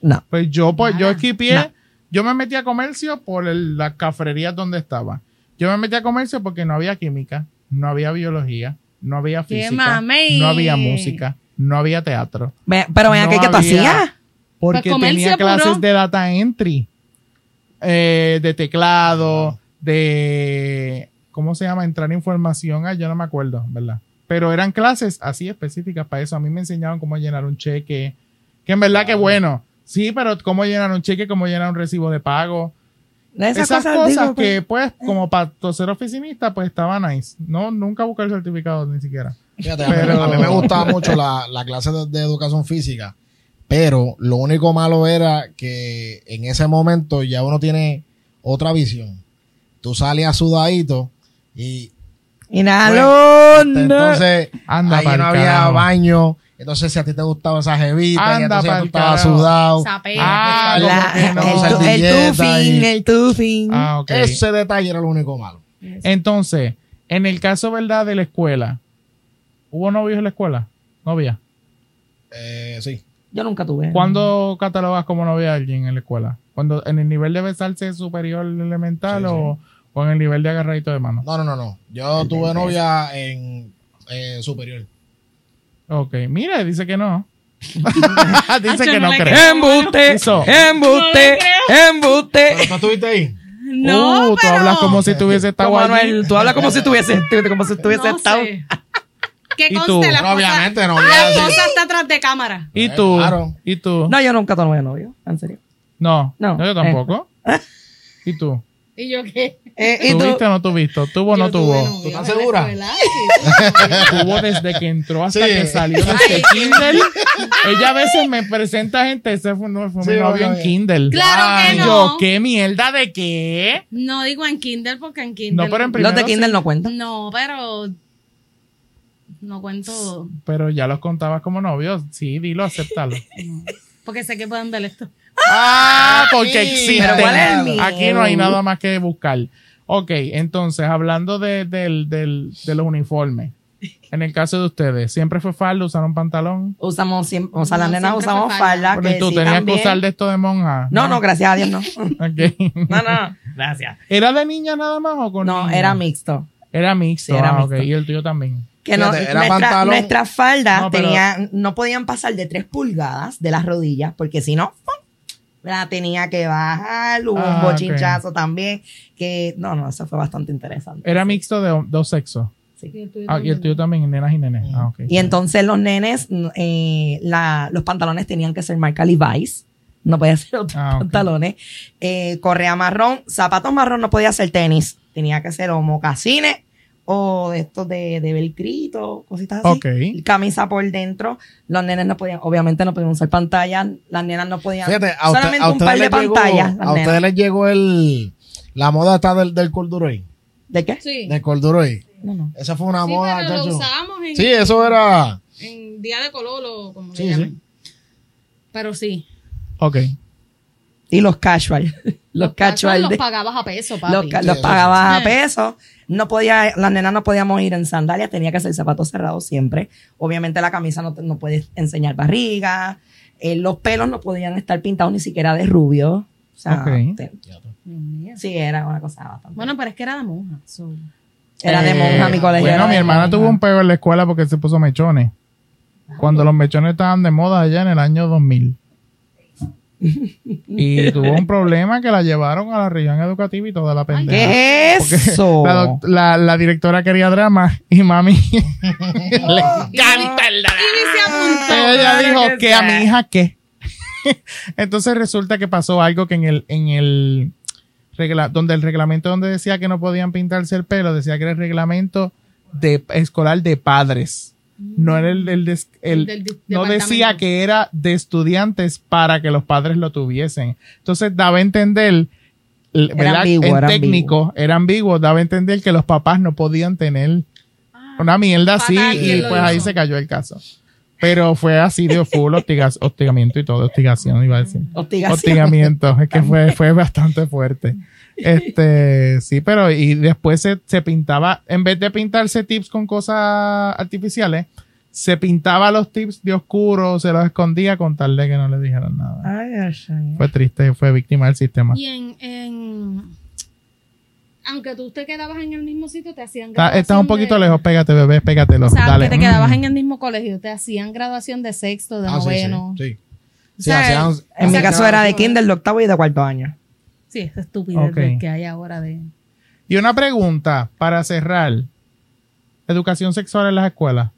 [SPEAKER 6] No.
[SPEAKER 1] Pues yo, pues yo
[SPEAKER 2] Nada.
[SPEAKER 1] esquipié.
[SPEAKER 6] No.
[SPEAKER 1] Yo me metí a comercio por el- las cafrerías donde estaba. Yo me metí a comercio porque no había química, no había biología, no había
[SPEAKER 2] ¡Qué
[SPEAKER 1] física,
[SPEAKER 2] mamey!
[SPEAKER 1] no había música, no había teatro.
[SPEAKER 6] Ve- Pero ven
[SPEAKER 1] No
[SPEAKER 6] aquí, ¿qué tú
[SPEAKER 1] había-
[SPEAKER 6] hacías?
[SPEAKER 1] Porque
[SPEAKER 2] Pues comercio
[SPEAKER 1] tenía
[SPEAKER 2] puro.
[SPEAKER 1] clases de data entry, eh, de teclado, de ¿cómo se llama? Entrar información, ah, yo no me acuerdo, ¿verdad? Pero eran clases así específicas para eso. A mí me enseñaban cómo llenar un cheque, que en verdad que bueno. Sí, pero cómo llenar un cheque, cómo llenar un recibo de pago. Esas, cosas,
[SPEAKER 6] digo,
[SPEAKER 1] que, pues,
[SPEAKER 5] eh.
[SPEAKER 1] como para ser oficinista, pues estaba nice. No, nunca busqué el certificado ni siquiera.
[SPEAKER 5] Fíjate, a mí-
[SPEAKER 1] Pero-
[SPEAKER 5] a, mí, me gustaba mucho la, la clase de, de educación física, pero lo único malo era que en ese momento ya uno tiene otra visión. Tú salías sudadito y
[SPEAKER 1] pues,
[SPEAKER 6] Inhalando.
[SPEAKER 5] entonces
[SPEAKER 1] Anda
[SPEAKER 5] ahí
[SPEAKER 1] pa'l
[SPEAKER 5] no había
[SPEAKER 1] carajo.
[SPEAKER 5] baño. Entonces, si a ti te gustaba esa jevita,
[SPEAKER 1] Anda
[SPEAKER 5] y entonces ya tú
[SPEAKER 1] pa'l
[SPEAKER 5] estabas
[SPEAKER 1] carajo.
[SPEAKER 5] sudado.
[SPEAKER 2] Sapé.
[SPEAKER 1] Ah, como
[SPEAKER 6] La-
[SPEAKER 1] que no.
[SPEAKER 6] el, tu- el
[SPEAKER 5] Servilleta
[SPEAKER 6] tufín,
[SPEAKER 5] y-
[SPEAKER 6] el tufín.
[SPEAKER 1] Ah, ok.
[SPEAKER 5] Ese detalle era lo único malo.
[SPEAKER 1] Entonces, en el caso, ¿verdad? De la escuela, ¿hubo novios en la escuela? ¿Novia?
[SPEAKER 5] Eh, sí.
[SPEAKER 6] Yo nunca tuve.
[SPEAKER 1] ¿Cuándo catalogas como novia a alguien en la escuela? ¿Cuando, ¿En el nivel de besarse superior elemental
[SPEAKER 5] Sí,
[SPEAKER 1] o, o en el nivel de agarradito de mano?
[SPEAKER 5] No, no, no, no. Yo tuve novia en eh, superior.
[SPEAKER 1] Ok, mira, dice que no. dice
[SPEAKER 2] Nacho,
[SPEAKER 1] que
[SPEAKER 2] no
[SPEAKER 1] no
[SPEAKER 2] le
[SPEAKER 1] cree.
[SPEAKER 6] Embuste,
[SPEAKER 1] Eso.
[SPEAKER 6] embuste, embuste.
[SPEAKER 5] ¿Pero tú estuviste ahí?
[SPEAKER 2] No,
[SPEAKER 1] Uh, tú
[SPEAKER 2] pero-
[SPEAKER 1] hablas como si tuviese estado
[SPEAKER 6] Como
[SPEAKER 1] allí.
[SPEAKER 6] Manuel, tú hablas como si tuviese, como si tuviese
[SPEAKER 2] no
[SPEAKER 6] estado.
[SPEAKER 2] sé. ¿Qué
[SPEAKER 1] ¿Y tú?
[SPEAKER 2] conste la cosa-
[SPEAKER 5] Pero obviamente no.
[SPEAKER 2] La
[SPEAKER 5] obviamente.
[SPEAKER 2] cosa está atrás de cámara.
[SPEAKER 1] ¿Y
[SPEAKER 5] Eh,
[SPEAKER 1] tú?
[SPEAKER 5] claro.
[SPEAKER 1] ¿Y tú?
[SPEAKER 6] No, yo nunca tuve novio, en serio.
[SPEAKER 1] No,
[SPEAKER 6] No.
[SPEAKER 1] no, yo tampoco. ¿Y tú?
[SPEAKER 2] ¿Y yo qué?
[SPEAKER 6] Eh, ¿Y tú?
[SPEAKER 1] ¿Tuviste o no tuviste? ¿Tuvo o no
[SPEAKER 2] Yo tuve
[SPEAKER 1] tuvo?
[SPEAKER 2] novio
[SPEAKER 5] ¿Tú estás
[SPEAKER 2] en la
[SPEAKER 5] segura?
[SPEAKER 2] escuela, sí.
[SPEAKER 1] tuvo desde que entró hasta
[SPEAKER 5] Sí.
[SPEAKER 1] que salió desde Kindle. Ella a veces me presenta gente, ese fue, no, fue
[SPEAKER 5] Sí,
[SPEAKER 1] mi novio
[SPEAKER 5] bueno,
[SPEAKER 1] en
[SPEAKER 5] eh.
[SPEAKER 1] Kindle.
[SPEAKER 2] Claro que
[SPEAKER 1] Y
[SPEAKER 2] no.
[SPEAKER 1] yo, ¿qué mierda de qué?
[SPEAKER 2] No digo en Kindle porque en Kindle.
[SPEAKER 1] No, pero en
[SPEAKER 6] Los
[SPEAKER 1] primero
[SPEAKER 6] de
[SPEAKER 1] sí,
[SPEAKER 6] Kindle no cuentan.
[SPEAKER 2] No, pero. No cuento.
[SPEAKER 1] pero ya los contabas como novios. Sí, dilo, acéptalo.
[SPEAKER 2] Porque sé que pueden ver esto.
[SPEAKER 1] ah, porque
[SPEAKER 6] pero ¿cuál es
[SPEAKER 1] existen.
[SPEAKER 6] el mío?
[SPEAKER 1] Aquí no hay nada más que buscar. Ok, entonces, hablando de, del- del- de los uniformes. En el caso de ustedes, ¿siempre fue falda? ¿Usaron pantalón?
[SPEAKER 6] Usamos siempre, o sea, las
[SPEAKER 2] No,
[SPEAKER 6] nenas
[SPEAKER 2] siempre
[SPEAKER 6] usamos
[SPEAKER 2] fue falda.
[SPEAKER 6] falda.
[SPEAKER 1] Bueno,
[SPEAKER 6] Ah, que
[SPEAKER 1] ¿Y tú
[SPEAKER 6] sí,
[SPEAKER 1] tenías
[SPEAKER 6] también.
[SPEAKER 1] que usar de Ah. esto de monja?
[SPEAKER 6] No, no, gracias a Dios, no.
[SPEAKER 1] Ok.
[SPEAKER 6] No, no, gracias.
[SPEAKER 1] ¿Era de niña nada más o con
[SPEAKER 6] No,
[SPEAKER 1] niño?
[SPEAKER 6] era mixto.
[SPEAKER 1] Era mixto,
[SPEAKER 6] Sí, era
[SPEAKER 1] ah,
[SPEAKER 6] mixto.
[SPEAKER 1] ok. Y el tuyo también.
[SPEAKER 6] Que no,
[SPEAKER 5] Fíjate, era
[SPEAKER 6] nuestra-
[SPEAKER 5] pantalón.
[SPEAKER 6] nuestras faldas
[SPEAKER 1] No, pero-
[SPEAKER 6] tenían, no podían pasar de 3 pulgadas de las rodillas, porque si no, ¡pum! la tenía que bajar, hubo
[SPEAKER 1] Ah,
[SPEAKER 6] un bochinchazo también. Que no, no, eso fue bastante interesante.
[SPEAKER 1] Era mixto de dos sexos.
[SPEAKER 6] Sí.
[SPEAKER 1] Ah, y el tuyo también, nenas y nenes. Ah, ok.
[SPEAKER 6] Y entonces los nenes, mm, eh, la- los pantalones tenían que ser marca Levi's. No podía ser otros
[SPEAKER 1] Ah, ok.
[SPEAKER 6] pantalones. Eh, correa marrón, zapatos marrón, no podía ser tenis. Tenía que ser o mocasines o de estos de, de velcrito, cositas así.
[SPEAKER 1] Ok.
[SPEAKER 6] Camisa por dentro. Los nenes no podían, obviamente no podían usar pantallas. Las nenas no podían.
[SPEAKER 5] Fíjate, a, usted-
[SPEAKER 6] solamente
[SPEAKER 5] a
[SPEAKER 6] un par
[SPEAKER 5] ustedes
[SPEAKER 6] de
[SPEAKER 5] les llegó,
[SPEAKER 6] pantallas. las
[SPEAKER 5] a
[SPEAKER 6] nenas.
[SPEAKER 5] ustedes les llegó el, la moda está del, del corduroy.
[SPEAKER 6] ¿De qué?
[SPEAKER 2] Sí.
[SPEAKER 5] Del corduroy.
[SPEAKER 6] No, no.
[SPEAKER 5] Esa fue una
[SPEAKER 2] Sí,
[SPEAKER 5] moda,
[SPEAKER 2] pero lo
[SPEAKER 5] chacho.
[SPEAKER 2] usábamos en,
[SPEAKER 5] Sí, eso era.
[SPEAKER 2] en Día de Color o como
[SPEAKER 5] Sí,
[SPEAKER 2] le
[SPEAKER 5] sí.
[SPEAKER 2] llaman. Pero sí.
[SPEAKER 1] Ok.
[SPEAKER 6] Y los casual. Los casual.
[SPEAKER 2] Los
[SPEAKER 6] de-
[SPEAKER 2] pagabas a peso, papi.
[SPEAKER 6] Los, ca-
[SPEAKER 5] Sí,
[SPEAKER 6] los
[SPEAKER 5] sí,
[SPEAKER 6] pagabas
[SPEAKER 2] sí.
[SPEAKER 6] a
[SPEAKER 1] Eh.
[SPEAKER 6] peso. No podía, las nenas no podíamos ir en sandalias, tenía que hacer zapatos cerrados siempre. Obviamente la camisa no, te- no puede enseñar barriga. eh, los pelos no podían estar pintados ni siquiera de rubio. O sea,
[SPEAKER 1] Ok.
[SPEAKER 6] te-
[SPEAKER 2] Dios mío.
[SPEAKER 6] sí, era una cosa bastante.
[SPEAKER 2] Bueno, pero es que era de monja. so.
[SPEAKER 6] era de monja, mi colegio.
[SPEAKER 1] eh, Bueno,
[SPEAKER 6] era
[SPEAKER 1] mi
[SPEAKER 6] de
[SPEAKER 1] hermana
[SPEAKER 6] monja.
[SPEAKER 1] tuvo un peo en la escuela porque se puso mechones.
[SPEAKER 6] Ah,
[SPEAKER 1] Cuando los mechones estaban de moda allá en el año 2000. Y tuvo un problema que la llevaron a la región educativa y toda la pendeja.
[SPEAKER 6] ¿Qué es eso?
[SPEAKER 1] La, doc- la- la directora quería drama y mami
[SPEAKER 2] Ah,
[SPEAKER 1] le encanta el drama.
[SPEAKER 2] Y se apuntó.
[SPEAKER 1] Ella
[SPEAKER 6] claro
[SPEAKER 1] dijo
[SPEAKER 6] que
[SPEAKER 1] que a
[SPEAKER 6] sí.
[SPEAKER 1] mi hija qué. Entonces resulta que pasó algo que en el, en el regla- donde el reglamento donde decía que no podían pintarse el pelo, decía que era el reglamento de escolar de padres. No era el, el des- el-
[SPEAKER 2] Del de-
[SPEAKER 1] no decía
[SPEAKER 2] departamento.
[SPEAKER 1] que era de estudiantes para que los padres lo tuviesen. Entonces daba a entender, l- ¿verdad?
[SPEAKER 6] ambiguo,
[SPEAKER 1] en
[SPEAKER 6] era
[SPEAKER 1] técnico, era ambiguo, daba a entender que los papás no podían tener una mierda así
[SPEAKER 2] Ah, fatal,
[SPEAKER 1] y
[SPEAKER 2] ¿quién
[SPEAKER 1] pues
[SPEAKER 2] lo
[SPEAKER 1] ahí
[SPEAKER 2] hizo?
[SPEAKER 1] se cayó el caso. Pero fue así de full hostigas- hostigamiento y todo, hostigación iba a decir.
[SPEAKER 6] Hostigación.
[SPEAKER 1] Hostigamiento, es que fue, fue bastante fuerte. Este, sí, pero y después se, se pintaba, en vez de pintarse tips con cosas artificiales, se pintaba los tips de oscuro, se los escondía con tal de que no le dijeran nada.
[SPEAKER 6] Ay, Dios mío.
[SPEAKER 1] Fue triste, fue víctima del sistema.
[SPEAKER 2] Ah. Y en, en- Aunque tú te quedabas en el mismo sitio, te hacían
[SPEAKER 1] Está- Estás
[SPEAKER 2] graduación
[SPEAKER 1] un poquito
[SPEAKER 2] de-
[SPEAKER 1] lejos, pégate, bebé, pégatelo.
[SPEAKER 2] O sea,
[SPEAKER 1] dale.
[SPEAKER 2] que te
[SPEAKER 1] Mm.
[SPEAKER 2] quedabas en el mismo colegio, te hacían graduación de sexto, de
[SPEAKER 5] Ah, sí, sí,
[SPEAKER 2] noveno.
[SPEAKER 5] sí.
[SPEAKER 2] O
[SPEAKER 5] Sí,
[SPEAKER 2] sea, eh,
[SPEAKER 5] hacían-
[SPEAKER 6] En mi
[SPEAKER 5] hacían-
[SPEAKER 6] caso era de kinder, de octavo y de cuarto año.
[SPEAKER 2] Sí, es estúpido
[SPEAKER 1] Ok.
[SPEAKER 2] que hay ahora de...
[SPEAKER 1] Y una pregunta para cerrar. Educación sexual en las escuelas.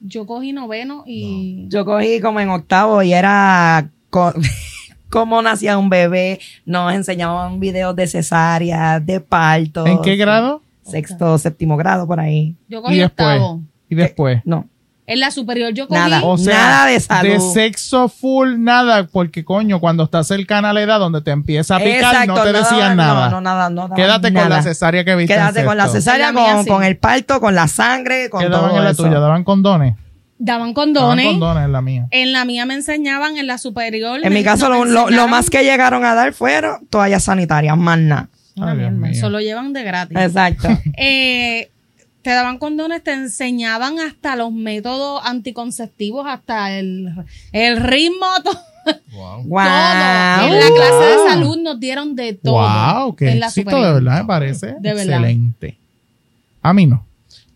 [SPEAKER 2] Yo cogí noveno y...
[SPEAKER 6] Yo cogí como en octavo y era co- cómo nacía un bebé. Nos enseñaban videos de cesárea, de parto.
[SPEAKER 1] ¿En qué grado?
[SPEAKER 6] Sexto, séptimo grado por ahí.
[SPEAKER 2] Yo
[SPEAKER 1] Y
[SPEAKER 2] cogí
[SPEAKER 1] después.
[SPEAKER 2] octavo.
[SPEAKER 1] Y después.
[SPEAKER 6] No,
[SPEAKER 2] En la superior yo cogí...
[SPEAKER 6] Nada.
[SPEAKER 1] O sea,
[SPEAKER 6] Nada de salud.
[SPEAKER 1] De sexo full, nada, porque coño, cuando estás cercana a la edad donde te empieza a picar, no te
[SPEAKER 6] no
[SPEAKER 1] decían
[SPEAKER 6] daban-
[SPEAKER 1] nada.
[SPEAKER 6] No, no, nada, no daban
[SPEAKER 1] Quédate con
[SPEAKER 6] nada.
[SPEAKER 1] la cesárea que viste. en
[SPEAKER 6] Quédate con la
[SPEAKER 1] sexto.
[SPEAKER 6] cesárea,
[SPEAKER 2] En la mía,
[SPEAKER 6] con,
[SPEAKER 2] sí.
[SPEAKER 6] con el parto, con la sangre, con
[SPEAKER 1] ¿Qué daban
[SPEAKER 6] todo
[SPEAKER 1] en la
[SPEAKER 6] eso.
[SPEAKER 1] tuya? ¿Daban condones?
[SPEAKER 2] Daban
[SPEAKER 1] Daban
[SPEAKER 2] condones.
[SPEAKER 1] condones en la mía.
[SPEAKER 2] En la mía me enseñaban, en la superior...
[SPEAKER 6] En mi
[SPEAKER 2] me-
[SPEAKER 6] caso,
[SPEAKER 2] no
[SPEAKER 6] lo,
[SPEAKER 2] me
[SPEAKER 6] lo- lo
[SPEAKER 2] enseñaron.
[SPEAKER 6] más que llegaron a dar fueron toallas sanitarias, más nada.
[SPEAKER 2] Una
[SPEAKER 1] Ay, Dios
[SPEAKER 2] mierda,
[SPEAKER 1] mío.
[SPEAKER 2] Eso lo llevan de gratis.
[SPEAKER 6] Exacto.
[SPEAKER 2] Eh, te daban condones, te enseñaban hasta los métodos anticonceptivos, hasta el, el ritmo, to-
[SPEAKER 5] Wow.
[SPEAKER 6] wow.
[SPEAKER 2] todo. En la clase de salud nos dieron de todo.
[SPEAKER 1] ¡Wow! ¡Qué
[SPEAKER 2] En la
[SPEAKER 1] éxito,
[SPEAKER 2] superior.
[SPEAKER 1] de verdad! Me parece
[SPEAKER 2] De verdad.
[SPEAKER 1] excelente. A mí no.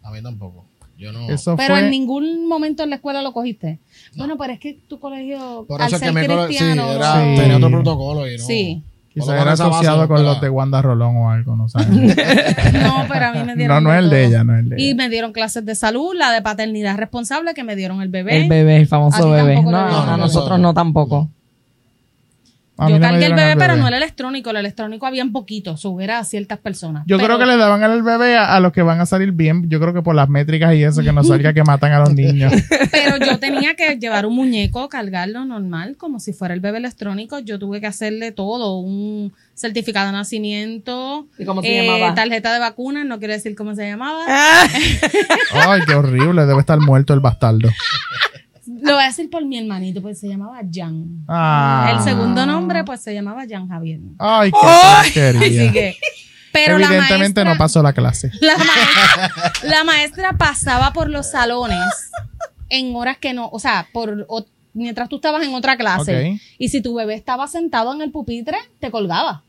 [SPEAKER 5] A mí tampoco. Yo no.
[SPEAKER 1] Eso
[SPEAKER 2] Pero
[SPEAKER 1] fue.
[SPEAKER 2] en ningún momento en la escuela lo cogiste. Bueno, pero es que tu colegio,
[SPEAKER 5] Por
[SPEAKER 2] al
[SPEAKER 5] eso es
[SPEAKER 2] ser
[SPEAKER 5] que me colo- sí,
[SPEAKER 2] cristiano,
[SPEAKER 5] era,
[SPEAKER 1] no.
[SPEAKER 5] tenía otro protocolo y no.
[SPEAKER 2] Sí.
[SPEAKER 1] Quizás
[SPEAKER 5] Por lo
[SPEAKER 1] era
[SPEAKER 5] menos esa base
[SPEAKER 1] asociado
[SPEAKER 5] no
[SPEAKER 1] con
[SPEAKER 5] estaba.
[SPEAKER 1] los de Wanda Rolón o algo, no sabes.
[SPEAKER 2] no, pero a mí me
[SPEAKER 1] no,
[SPEAKER 2] dieron
[SPEAKER 1] no es el de
[SPEAKER 2] todo.
[SPEAKER 1] ella, no es el de
[SPEAKER 2] Y
[SPEAKER 1] ella.
[SPEAKER 2] me dieron clases de salud, la de paternidad responsable que me dieron el bebé.
[SPEAKER 6] El bebé, el
[SPEAKER 2] A ti
[SPEAKER 6] famoso bebé.
[SPEAKER 2] tampoco le
[SPEAKER 6] No, no,
[SPEAKER 2] dieron
[SPEAKER 6] no,
[SPEAKER 2] el bebé.
[SPEAKER 6] nosotros no tampoco.
[SPEAKER 1] A mí
[SPEAKER 2] Yo
[SPEAKER 1] no me
[SPEAKER 2] cargué el
[SPEAKER 1] dieron
[SPEAKER 2] bebé,
[SPEAKER 1] al
[SPEAKER 2] pero
[SPEAKER 1] bebé.
[SPEAKER 2] no el electrónico. El electrónico habían poquitos, o era a ciertas personas.
[SPEAKER 1] Yo
[SPEAKER 2] Pero-
[SPEAKER 1] creo que le daban al bebé a, a los que van a salir bien. Yo creo que por las métricas y eso, que no salga que matan a los niños.
[SPEAKER 2] Pero yo tenía que llevar un muñeco, cargarlo normal, como si fuera el bebé electrónico. Yo tuve que hacerle todo, un certificado de nacimiento,
[SPEAKER 6] ¿Y cómo se
[SPEAKER 2] eh,
[SPEAKER 6] llamaba?
[SPEAKER 2] tarjeta de vacunas, no quiero decir cómo se llamaba.
[SPEAKER 1] Ay, qué horrible. Debe estar muerto el bastardo.
[SPEAKER 2] Lo voy a decir por mi hermanito, pues se llamaba Jan.
[SPEAKER 1] Ah.
[SPEAKER 2] El segundo nombre, pues se llamaba Jan Javier.
[SPEAKER 1] Ay, qué porquería.
[SPEAKER 2] Así que, pero la
[SPEAKER 1] Evidentemente
[SPEAKER 2] maestra,
[SPEAKER 1] no pasó la clase.
[SPEAKER 2] la, maestra, la maestra pasaba por los salones en horas que no, o sea, por o- mientras tú estabas en otra clase.
[SPEAKER 1] Ok.
[SPEAKER 2] Y si tu bebé estaba sentado en el pupitre, te colgaba.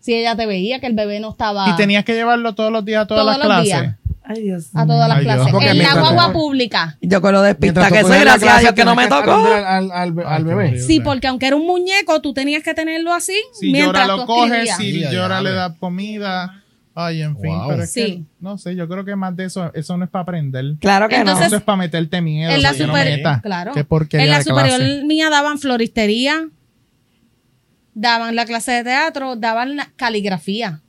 [SPEAKER 2] Si ella te veía que el bebé no estaba
[SPEAKER 1] Y tenías que llevarlo todos los días a todas
[SPEAKER 2] Todos
[SPEAKER 1] las
[SPEAKER 2] los
[SPEAKER 1] clases.
[SPEAKER 2] días.
[SPEAKER 6] Ay, Dios.
[SPEAKER 2] a todas las
[SPEAKER 1] Ay, Dios.
[SPEAKER 2] clases.
[SPEAKER 5] Porque
[SPEAKER 2] en la
[SPEAKER 5] mientras-
[SPEAKER 2] guagua pública.
[SPEAKER 6] Yo con lo despista
[SPEAKER 5] Mientras tú
[SPEAKER 6] que soy,
[SPEAKER 5] cogías la
[SPEAKER 6] gracias a
[SPEAKER 5] clase,
[SPEAKER 6] Dios que no me
[SPEAKER 5] tenías
[SPEAKER 6] tocó.
[SPEAKER 5] atender Al, al- al
[SPEAKER 1] Ay, qué
[SPEAKER 5] bebé.
[SPEAKER 1] horrible.
[SPEAKER 2] Sí, porque aunque era un muñeco, tú tenías que tenerlo así
[SPEAKER 1] Si
[SPEAKER 2] mientras
[SPEAKER 1] llora
[SPEAKER 2] tú
[SPEAKER 1] lo coge,
[SPEAKER 2] escribías.
[SPEAKER 1] si
[SPEAKER 5] Sí, ya,
[SPEAKER 1] llora
[SPEAKER 5] ya,
[SPEAKER 1] le
[SPEAKER 5] ya.
[SPEAKER 1] da comida. Ay, en fin.
[SPEAKER 5] Wow.
[SPEAKER 1] Pero es que,
[SPEAKER 2] Sí.
[SPEAKER 1] no sé, yo creo que más de eso, eso no es para aprender.
[SPEAKER 6] Claro que
[SPEAKER 2] Entonces,
[SPEAKER 1] eso es para meterte miedo.
[SPEAKER 2] en la
[SPEAKER 1] para que no
[SPEAKER 2] superior-
[SPEAKER 1] metas.
[SPEAKER 2] claro.
[SPEAKER 1] Qué porquería
[SPEAKER 2] En la
[SPEAKER 1] de
[SPEAKER 2] superior
[SPEAKER 1] clase.
[SPEAKER 2] mía daban floristería, daban la clase de teatro, daban la caligrafía.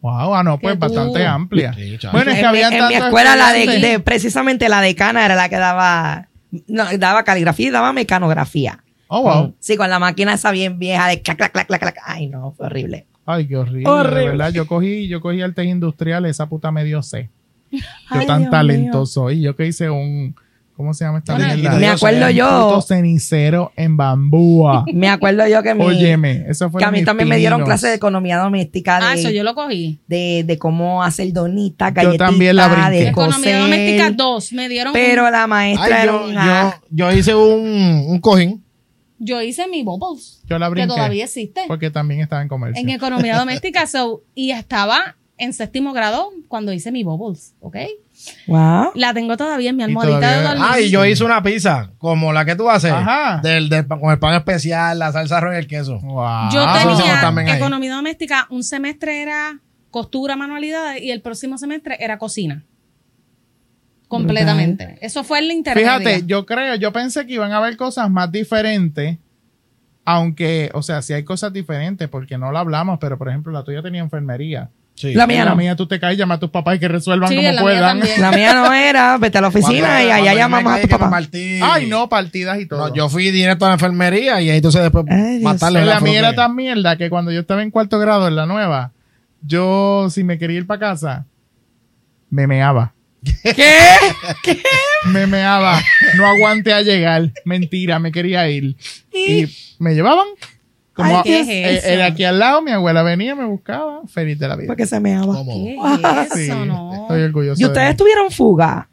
[SPEAKER 1] Wow, ah, no, pues
[SPEAKER 2] Qué
[SPEAKER 1] bastante
[SPEAKER 2] duro.
[SPEAKER 1] amplia.
[SPEAKER 5] Sí, chacho.
[SPEAKER 1] bueno,
[SPEAKER 6] no.
[SPEAKER 1] es que
[SPEAKER 6] En, mi-
[SPEAKER 1] habían
[SPEAKER 6] en mi
[SPEAKER 1] tantos
[SPEAKER 6] escuela, la de,
[SPEAKER 1] estudiantes.
[SPEAKER 6] de- precisamente la decana era la que daba, no, daba caligrafía y daba mecanografía.
[SPEAKER 1] Oh, wow.
[SPEAKER 6] Sí, con la máquina esa bien vieja de clac, clac, clac, clac, clac. Ay, no, fue horrible.
[SPEAKER 1] Ay, qué horrible.
[SPEAKER 6] Horrible.
[SPEAKER 1] de verdad, yo cogí, yo cogí artes industriales, esa puta me dio C. Yo
[SPEAKER 6] Ay,
[SPEAKER 1] tan
[SPEAKER 6] Dios
[SPEAKER 1] talentoso. Y yo que hice un ¿Cómo se llama esta
[SPEAKER 2] Bueno,
[SPEAKER 1] mierda?
[SPEAKER 6] me acuerdo yo.
[SPEAKER 1] Puto cenicero en bambúa.
[SPEAKER 6] Me acuerdo yo que, mi-
[SPEAKER 1] Óyeme, eso fue
[SPEAKER 6] que a mí también me dieron clases de economía doméstica. De,
[SPEAKER 2] Ah, eso yo lo cogí.
[SPEAKER 6] de, de cómo hacer donita,
[SPEAKER 1] Yo
[SPEAKER 6] galletitas,
[SPEAKER 1] también la brinqué.
[SPEAKER 6] de
[SPEAKER 2] Economía
[SPEAKER 6] coser.
[SPEAKER 2] doméstica 2. Me dieron.
[SPEAKER 6] Pero la
[SPEAKER 5] Ay,
[SPEAKER 6] maestra era
[SPEAKER 5] yo,
[SPEAKER 6] un ah. hack.
[SPEAKER 5] yo- yo hice un, un cojín.
[SPEAKER 2] Yo hice mi bubbles.
[SPEAKER 1] Yo la
[SPEAKER 2] Que
[SPEAKER 1] brinqué.
[SPEAKER 2] todavía existe.
[SPEAKER 1] Porque también estaba en comercio.
[SPEAKER 2] En economía doméstica. so, y estaba en séptimo grado cuando hice mi bubbles. ¿Ok?
[SPEAKER 6] Wow.
[SPEAKER 2] La tengo todavía en mi
[SPEAKER 1] Y
[SPEAKER 2] almohadita
[SPEAKER 1] todavía-
[SPEAKER 2] de dormir.
[SPEAKER 5] Ah, y yo hice una pizza, como la que tú haces.
[SPEAKER 1] Ajá.
[SPEAKER 5] Del, del pan- con el pan especial, la salsa roja y el queso.
[SPEAKER 1] Wow.
[SPEAKER 2] Yo
[SPEAKER 5] Ah, eso
[SPEAKER 2] tenía
[SPEAKER 5] también ahí.
[SPEAKER 2] economía doméstica, un semestre era costura, manualidades y el próximo semestre era cocina. Completamente. Eso fue el intermedio.
[SPEAKER 1] Fíjate, yo creo, yo pensé que iban a haber cosas más diferentes. Aunque, o sea, si hay cosas diferentes, porque no la hablamos, pero por ejemplo, la tuya tenía enfermería.
[SPEAKER 5] Sí.
[SPEAKER 6] La
[SPEAKER 1] En
[SPEAKER 6] mía
[SPEAKER 1] La
[SPEAKER 6] no.
[SPEAKER 1] mía, tú te caes, llama a tus papás y que resuelvan
[SPEAKER 2] Sí, en
[SPEAKER 1] como
[SPEAKER 2] la mía
[SPEAKER 1] puedan.
[SPEAKER 2] también.
[SPEAKER 6] La mía no era, vete a la
[SPEAKER 5] Cuando-
[SPEAKER 6] oficina y
[SPEAKER 5] cuando
[SPEAKER 6] allá
[SPEAKER 5] yo me
[SPEAKER 6] llamamos a
[SPEAKER 5] caí
[SPEAKER 6] tu
[SPEAKER 5] que me
[SPEAKER 6] papá.
[SPEAKER 5] partí.
[SPEAKER 1] Ay, no, partidas y todo.
[SPEAKER 5] No, yo fui directo a la enfermería y ahí entonces después
[SPEAKER 6] Ay, Dios.
[SPEAKER 5] matarle
[SPEAKER 1] En la mía
[SPEAKER 5] mierda
[SPEAKER 1] era tan mierda que cuando yo estaba en cuarto grado en la nueva, yo, si me quería ir para casa, me meaba.
[SPEAKER 6] ¿Qué?
[SPEAKER 1] Me meaba. No aguanté a llegar. Mentira, me quería ir. Y me llevaban. Como
[SPEAKER 6] Ay,
[SPEAKER 1] a-
[SPEAKER 2] ¿qué es
[SPEAKER 1] eh,
[SPEAKER 2] eso?
[SPEAKER 1] eh, de aquí al lado, mi abuela venía, me buscaba. Feliz de la vida.
[SPEAKER 6] Porque se me ama.
[SPEAKER 2] ¿Qué es
[SPEAKER 1] Sí,
[SPEAKER 2] eso, no?
[SPEAKER 1] Estoy orgulloso.
[SPEAKER 6] ¿Y
[SPEAKER 1] de
[SPEAKER 6] ustedes
[SPEAKER 1] mí.
[SPEAKER 6] tuvieron fuga?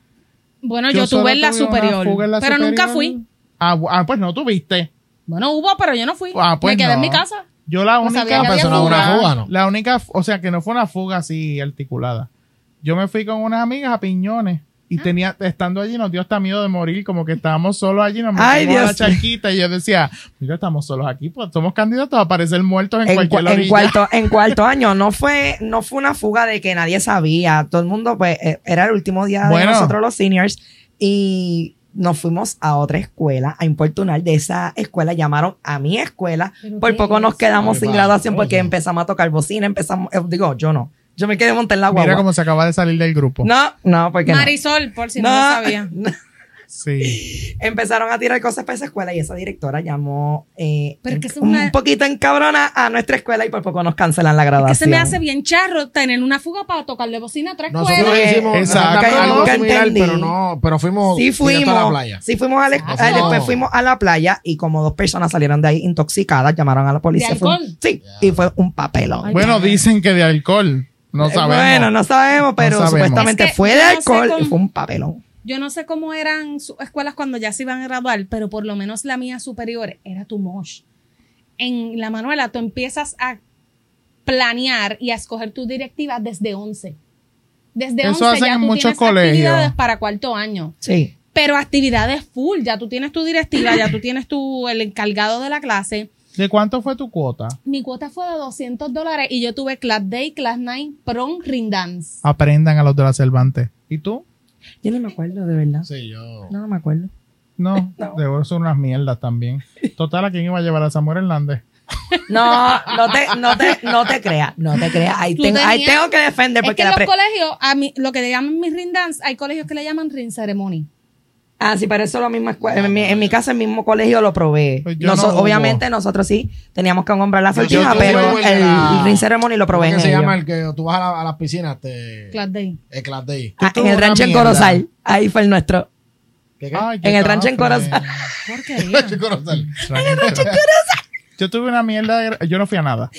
[SPEAKER 2] Bueno, yo,
[SPEAKER 1] solo
[SPEAKER 2] tuve en la
[SPEAKER 1] tuve una
[SPEAKER 2] superior,
[SPEAKER 1] fuga en la
[SPEAKER 2] pero nunca
[SPEAKER 1] superior.
[SPEAKER 2] fui.
[SPEAKER 1] Ah, bu- ah, pues no tuviste.
[SPEAKER 2] Bueno, hubo, pero yo no fui.
[SPEAKER 1] Ah, pues
[SPEAKER 2] me quedé
[SPEAKER 1] no.
[SPEAKER 2] en mi casa.
[SPEAKER 1] Yo la
[SPEAKER 2] No
[SPEAKER 1] única
[SPEAKER 6] Ah,
[SPEAKER 2] sabía que había
[SPEAKER 1] persona-
[SPEAKER 5] fuga. Una fuga, ¿no?
[SPEAKER 1] La única, o sea, que no fue una fuga así articulada. Yo me fui con unas amigas a Piñones y
[SPEAKER 2] Ah.
[SPEAKER 1] tenía, estando allí nos dio hasta miedo de morir, como que estábamos solos allí, nos
[SPEAKER 6] Ay,
[SPEAKER 1] metimos a la
[SPEAKER 6] Dios mío.
[SPEAKER 1] charquita y yo decía, mira, estamos solos aquí, pues somos candidatos a aparecer muertos en,
[SPEAKER 6] En, cua-
[SPEAKER 1] cualquier
[SPEAKER 6] en
[SPEAKER 1] orilla.
[SPEAKER 6] cuarto, en cuarto año no fue, no fue una fuga de que nadie sabía. Todo el mundo, pues, eh, era el último día
[SPEAKER 1] Bueno.
[SPEAKER 6] de nosotros los seniors y nos fuimos a otra escuela a importunar. De esa escuela llamaron a mi escuela.
[SPEAKER 2] ¿Pero
[SPEAKER 6] Por
[SPEAKER 2] qué
[SPEAKER 6] poco nos
[SPEAKER 2] es?
[SPEAKER 6] quedamos
[SPEAKER 5] Ay,
[SPEAKER 6] sin
[SPEAKER 5] va,
[SPEAKER 6] graduación porque
[SPEAKER 5] oye.
[SPEAKER 6] empezamos a tocar bocina, empezamos, eh, digo, yo no. Yo me quedé montar la
[SPEAKER 1] Mira
[SPEAKER 6] guagua.
[SPEAKER 1] cómo se acaba de salir del grupo.
[SPEAKER 6] No, no, porque no.
[SPEAKER 2] Marisol, por si no,
[SPEAKER 6] No,
[SPEAKER 2] lo sabía.
[SPEAKER 6] no.
[SPEAKER 1] Sí.
[SPEAKER 6] Empezaron a tirar cosas para esa escuela y esa directora llamó eh,
[SPEAKER 2] Pero es que es
[SPEAKER 6] un
[SPEAKER 2] una-
[SPEAKER 6] poquito encabrona a nuestra escuela y por poco nos cancelan la
[SPEAKER 2] Es
[SPEAKER 6] graduación.
[SPEAKER 2] que se me hace bien charro tener una fuga para tocarle bocina a otra
[SPEAKER 5] Nosotros
[SPEAKER 2] escuela.
[SPEAKER 6] Bueno,
[SPEAKER 5] hicimos
[SPEAKER 1] exacto.
[SPEAKER 5] nosotros
[SPEAKER 1] Nunca
[SPEAKER 5] algo similar,
[SPEAKER 6] Pues, entendí.
[SPEAKER 5] pero no, pero fuimos
[SPEAKER 6] Sí
[SPEAKER 5] directo
[SPEAKER 6] fuimos,
[SPEAKER 5] a la playa.
[SPEAKER 6] sí fuimos a la,
[SPEAKER 2] Ah,
[SPEAKER 6] ah,
[SPEAKER 5] no.
[SPEAKER 6] después fuimos a la playa y como dos personas salieron de ahí intoxicadas, llamaron a la policía.
[SPEAKER 2] ¿De
[SPEAKER 6] Fue un-
[SPEAKER 2] alcohol?
[SPEAKER 6] sí, y fue un papelón.
[SPEAKER 2] Ay,
[SPEAKER 1] Bueno,
[SPEAKER 2] ya.
[SPEAKER 1] dicen que de alcohol. No
[SPEAKER 6] Eh,
[SPEAKER 1] sabemos.
[SPEAKER 6] Bueno, no sabemos, pero
[SPEAKER 1] sabemos.
[SPEAKER 6] supuestamente
[SPEAKER 2] Es que
[SPEAKER 6] fue de
[SPEAKER 2] yo no sé
[SPEAKER 6] alcohol y
[SPEAKER 2] cómo-
[SPEAKER 6] fue un papelón.
[SPEAKER 2] Yo no sé cómo eran sus escuelas cuando ya se iban a graduar, pero por lo menos la mía superior era tu mosh. En la Manuela tú empiezas a planear y a escoger tu directiva desde 11. Desde
[SPEAKER 1] Eso
[SPEAKER 2] 11
[SPEAKER 1] hacen
[SPEAKER 2] ya
[SPEAKER 1] en
[SPEAKER 2] tú
[SPEAKER 1] muchos
[SPEAKER 2] tienes
[SPEAKER 1] colegios.
[SPEAKER 2] actividades para cuarto año.
[SPEAKER 6] Sí.
[SPEAKER 2] Pero actividades full, ya tú tienes tu directiva, ya tú tienes tu el encargado de la clase.
[SPEAKER 1] ¿De cuánto fue tu cuota?
[SPEAKER 2] Mi cuota fue de 200 dólares y yo tuve class day, class night, prom, ring dance.
[SPEAKER 1] Aprendan a los de la Cervantes. ¿Y tú?
[SPEAKER 6] Yo no me acuerdo, de verdad.
[SPEAKER 5] Sí, yo.
[SPEAKER 6] No, no me acuerdo.
[SPEAKER 1] No, debo son unas mierdas también. Total, ¿a quién iba a llevar a Samuel Hernández?
[SPEAKER 6] No, no te, no te, no te creas, no te creas. Ahí,
[SPEAKER 2] Tú
[SPEAKER 6] tengo- ahí
[SPEAKER 2] tenías-
[SPEAKER 6] tengo que defender
[SPEAKER 2] Es
[SPEAKER 6] porque
[SPEAKER 2] que en
[SPEAKER 6] la
[SPEAKER 2] los
[SPEAKER 6] pre-
[SPEAKER 2] colegios, a mí, lo que le llaman mis ring dance, hay colegios que le llaman ring ceremony.
[SPEAKER 6] Ah, sí, pero eso es lo mismo. escue- En mi, en mi casa, el mismo colegio lo probé.
[SPEAKER 1] Pues yo
[SPEAKER 6] Noso-
[SPEAKER 1] no hubo. Pues
[SPEAKER 6] obviamente, nosotros sí teníamos que comprar la
[SPEAKER 5] Yo- yo
[SPEAKER 6] sortija,
[SPEAKER 5] tuve
[SPEAKER 6] pero el,
[SPEAKER 5] el de la-
[SPEAKER 6] el ring ceremony lo probé
[SPEAKER 5] ¿Cómo
[SPEAKER 6] en
[SPEAKER 5] que se
[SPEAKER 6] ellos.
[SPEAKER 5] llama el que tú vas a, la- a las piscinas? Te,
[SPEAKER 2] Class Day.
[SPEAKER 5] el Class Day.
[SPEAKER 6] Ah, en
[SPEAKER 1] Una
[SPEAKER 6] el rancho en
[SPEAKER 1] mierda.
[SPEAKER 6] Corozal. Ahí fue el nuestro.
[SPEAKER 5] ¿Qué, qué?
[SPEAKER 1] Ay, qué
[SPEAKER 6] En el rancho en
[SPEAKER 1] cafre.
[SPEAKER 6] Corozal.
[SPEAKER 2] Porquería.
[SPEAKER 5] Chico Rosal.
[SPEAKER 1] Yo tuve una mierda de gra- Yo no fui a nada.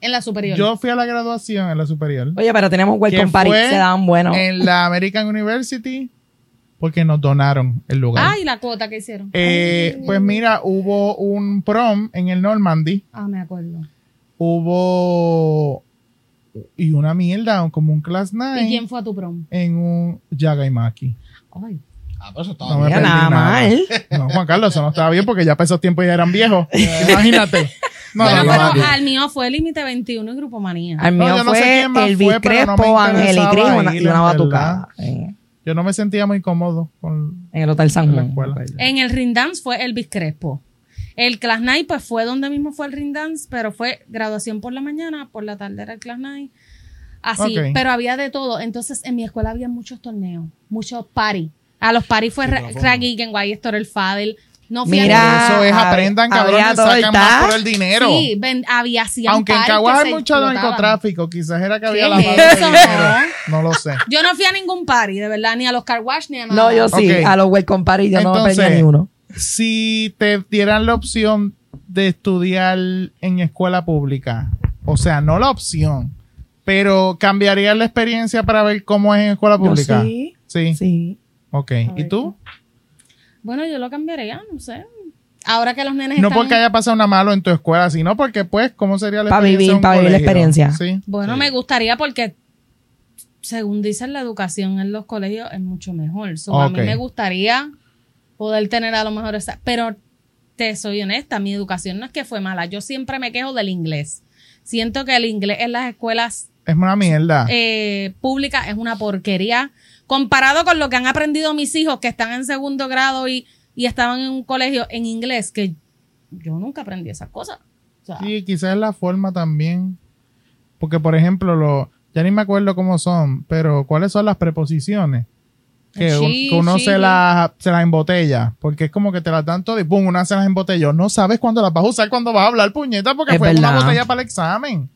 [SPEAKER 2] en la superior.
[SPEAKER 1] Yo fui a la graduación en la superior.
[SPEAKER 6] Oye, pero teníamos
[SPEAKER 1] que
[SPEAKER 6] Welcome Party.
[SPEAKER 1] fue Eh,
[SPEAKER 6] Se daban buenos.
[SPEAKER 1] En la American University, porque nos donaron el lugar.
[SPEAKER 2] Ay, la cuota que hicieron.
[SPEAKER 1] Eh, pues mira, hubo un prom en el Normandy.
[SPEAKER 2] Ah, me acuerdo.
[SPEAKER 1] Hubo. Y una mierda, como un class
[SPEAKER 2] ¿Y quién
[SPEAKER 1] night.
[SPEAKER 2] fue a tu prom?
[SPEAKER 1] En un Yagaimaki.
[SPEAKER 2] Ay.
[SPEAKER 5] Ah, pero eso estaba
[SPEAKER 1] No me
[SPEAKER 5] bien.
[SPEAKER 6] Mira,
[SPEAKER 1] perdí
[SPEAKER 6] nada
[SPEAKER 1] nada.
[SPEAKER 6] mal.
[SPEAKER 1] No, Juan Carlos, eso no estaba bien porque ya para esos tiempos ya eran viejos. Imagínate. No,
[SPEAKER 2] bueno,
[SPEAKER 1] no,
[SPEAKER 2] pero
[SPEAKER 1] no.
[SPEAKER 2] al mío fue límite 21 y Grupo Manía.
[SPEAKER 6] Al mío
[SPEAKER 1] No, yo no sé
[SPEAKER 6] fue
[SPEAKER 1] quién más
[SPEAKER 6] el
[SPEAKER 1] fue, pero no me
[SPEAKER 6] Crespo, Ángel y
[SPEAKER 1] interesaba
[SPEAKER 6] Cris, una-
[SPEAKER 1] ir,
[SPEAKER 6] y una
[SPEAKER 1] en
[SPEAKER 6] batucada. En,
[SPEAKER 1] Yo no me sentía muy cómodo con
[SPEAKER 6] en el Hotel San
[SPEAKER 1] en la
[SPEAKER 6] Juan.
[SPEAKER 1] escuela.
[SPEAKER 2] En el ring dance fue Elvis Crespo. El class night pues fue donde mismo fue el ring dance, pero fue graduación por la mañana, por la tarde era el class night. Así,
[SPEAKER 1] Ok.
[SPEAKER 2] pero había de todo. Entonces en mi escuela había muchos torneos, muchos party. A los party fue
[SPEAKER 5] Sí,
[SPEAKER 2] Ra-
[SPEAKER 5] pero fue
[SPEAKER 2] Raggy, Genguay, Store, el Fadel, No fui a
[SPEAKER 6] Mira,
[SPEAKER 1] Por eso es,
[SPEAKER 6] hab-
[SPEAKER 1] aprendan, cabrones,
[SPEAKER 6] había
[SPEAKER 1] sacan más
[SPEAKER 6] torta.
[SPEAKER 1] por el dinero.
[SPEAKER 2] Sí, ven- había hacían
[SPEAKER 1] Aunque en
[SPEAKER 2] parties
[SPEAKER 1] Caguas
[SPEAKER 2] que
[SPEAKER 1] hay mucho
[SPEAKER 2] explotaban.
[SPEAKER 1] narcotráfico, quizás era que había
[SPEAKER 2] ¿Qué
[SPEAKER 1] lavado
[SPEAKER 2] es eso?
[SPEAKER 1] de dinero. No lo sé.
[SPEAKER 2] Yo no fui a ningún party, de verdad, ni a los car wash ni a nada.
[SPEAKER 6] No, yo sí,
[SPEAKER 1] Ok.
[SPEAKER 6] a los welcome party yo no
[SPEAKER 1] Entonces,
[SPEAKER 6] perdía ni uno.
[SPEAKER 1] Si te dieran la opción de estudiar en escuela pública, o sea, no la opción, pero cambiarías la experiencia para ver cómo es en escuela
[SPEAKER 6] Yo
[SPEAKER 1] pública.
[SPEAKER 6] sí,
[SPEAKER 1] Sí.
[SPEAKER 6] sí.
[SPEAKER 1] Ok. ¿Y tú?
[SPEAKER 2] Bueno, yo lo cambiaría, no sé. Ahora que los nenes
[SPEAKER 1] No
[SPEAKER 2] están...
[SPEAKER 1] porque haya pasado una malo en tu escuela, sino porque, pues, ¿cómo sería la
[SPEAKER 6] Pa'
[SPEAKER 1] experiencia?
[SPEAKER 6] vivir,
[SPEAKER 1] en un
[SPEAKER 6] pa' vivir la
[SPEAKER 1] colegio?
[SPEAKER 6] experiencia.
[SPEAKER 1] Sí.
[SPEAKER 2] Bueno,
[SPEAKER 1] Sí.
[SPEAKER 2] me gustaría porque, según dicen, la educación en los colegios es mucho mejor. So, A
[SPEAKER 1] Ok.
[SPEAKER 2] mí me gustaría poder tener a lo mejor esa... Pero te soy honesta, mi educación no es que fue mala. Yo siempre me quejo del inglés. Siento que el inglés en las escuelas
[SPEAKER 1] Es una mierda.
[SPEAKER 2] eh, pública es una porquería comparado con lo que han aprendido mis hijos que están en segundo grado y, y estaban en un colegio en inglés, que yo nunca aprendí esas cosas. O sea,
[SPEAKER 1] Sí, quizás la forma también. Porque, por ejemplo, lo, ya ni me acuerdo cómo son, pero ¿cuáles son las preposiciones? Que, un-
[SPEAKER 2] Sí,
[SPEAKER 1] que uno
[SPEAKER 2] sí.
[SPEAKER 1] se las se las embotella. Porque es como que te las dan todas y pum, una se las embotelló. No sabes cuándo las vas a usar, cuándo vas a hablar, puñeta, porque
[SPEAKER 6] Es
[SPEAKER 1] fue una
[SPEAKER 6] verdad.
[SPEAKER 1] botella para el examen.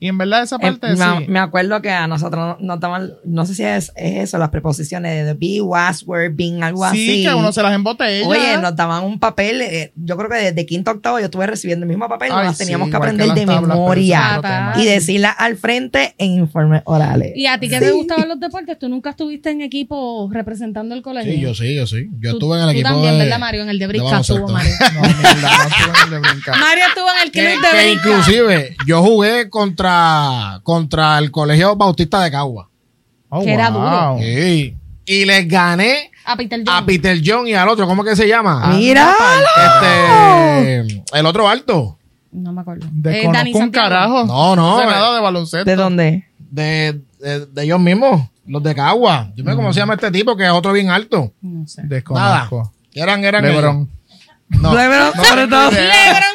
[SPEAKER 1] Y en verdad esa parte
[SPEAKER 6] Eh, me,
[SPEAKER 1] sí.
[SPEAKER 6] me acuerdo que a nosotros no, no toman- no sé si es, es eso, las preposiciones de be, was, were, being, algo así.
[SPEAKER 1] sí, que uno se las embotella.
[SPEAKER 6] Oye, nos daban un papel, eh, yo creo que desde quinto a octavo yo estuve recibiendo el mismo papel,
[SPEAKER 1] Ay,
[SPEAKER 6] nos las
[SPEAKER 1] sí,
[SPEAKER 6] teníamos que
[SPEAKER 1] igual
[SPEAKER 6] aprender
[SPEAKER 1] las
[SPEAKER 6] de
[SPEAKER 1] tablas, pero eso es
[SPEAKER 6] memoria
[SPEAKER 1] otro
[SPEAKER 2] Ah,
[SPEAKER 1] tema.
[SPEAKER 2] pa.
[SPEAKER 6] y decirla al frente en informes orales.
[SPEAKER 2] ¿Y a ti que te gustaban los deportes? ¿Tú nunca estuviste en equipo representando el colegio?
[SPEAKER 3] Sí, yo sí, yo sí. Yo
[SPEAKER 2] pues, eh, Tú-
[SPEAKER 3] estuve en el equipo
[SPEAKER 2] Tú también,
[SPEAKER 3] de...
[SPEAKER 2] ¿verdad, Mario? En el de brisca
[SPEAKER 3] baloncesto.
[SPEAKER 2] estuvo Mario.
[SPEAKER 1] No, mierda, no tuve ni de brincar.
[SPEAKER 2] Mario estuvo en el
[SPEAKER 3] que,
[SPEAKER 2] club de
[SPEAKER 3] que
[SPEAKER 2] brisca.
[SPEAKER 3] inclusive yo jugué contra, contra el Colegio Bautista de Cagua.
[SPEAKER 1] Oh,
[SPEAKER 2] Que era duro.
[SPEAKER 1] wow.
[SPEAKER 5] Eh,
[SPEAKER 3] Sí. Y les gané
[SPEAKER 2] A Ah, Peter
[SPEAKER 3] a
[SPEAKER 1] Ah,
[SPEAKER 2] Jones.
[SPEAKER 3] Peter John y al otro, ¿cómo que se llama?
[SPEAKER 6] Mira,
[SPEAKER 3] Este, el otro alto.
[SPEAKER 2] No me acuerdo. Eh, Dani
[SPEAKER 1] Desconozco un
[SPEAKER 2] Santiago.
[SPEAKER 1] carajo.
[SPEAKER 3] No,
[SPEAKER 1] Oh. No
[SPEAKER 3] no,
[SPEAKER 1] sé
[SPEAKER 3] eh,
[SPEAKER 1] nada de baloncesto.
[SPEAKER 6] ¿de dónde?
[SPEAKER 3] de, de, de ellos mismos, los de Cagua. Dime cómo se llama este tipo, que es otro bien alto.
[SPEAKER 2] No
[SPEAKER 1] Eh,
[SPEAKER 2] sé.
[SPEAKER 1] Desconozco.
[SPEAKER 3] Que eran, eran
[SPEAKER 1] Lebron.
[SPEAKER 3] No.
[SPEAKER 6] Lebron, sobre todo.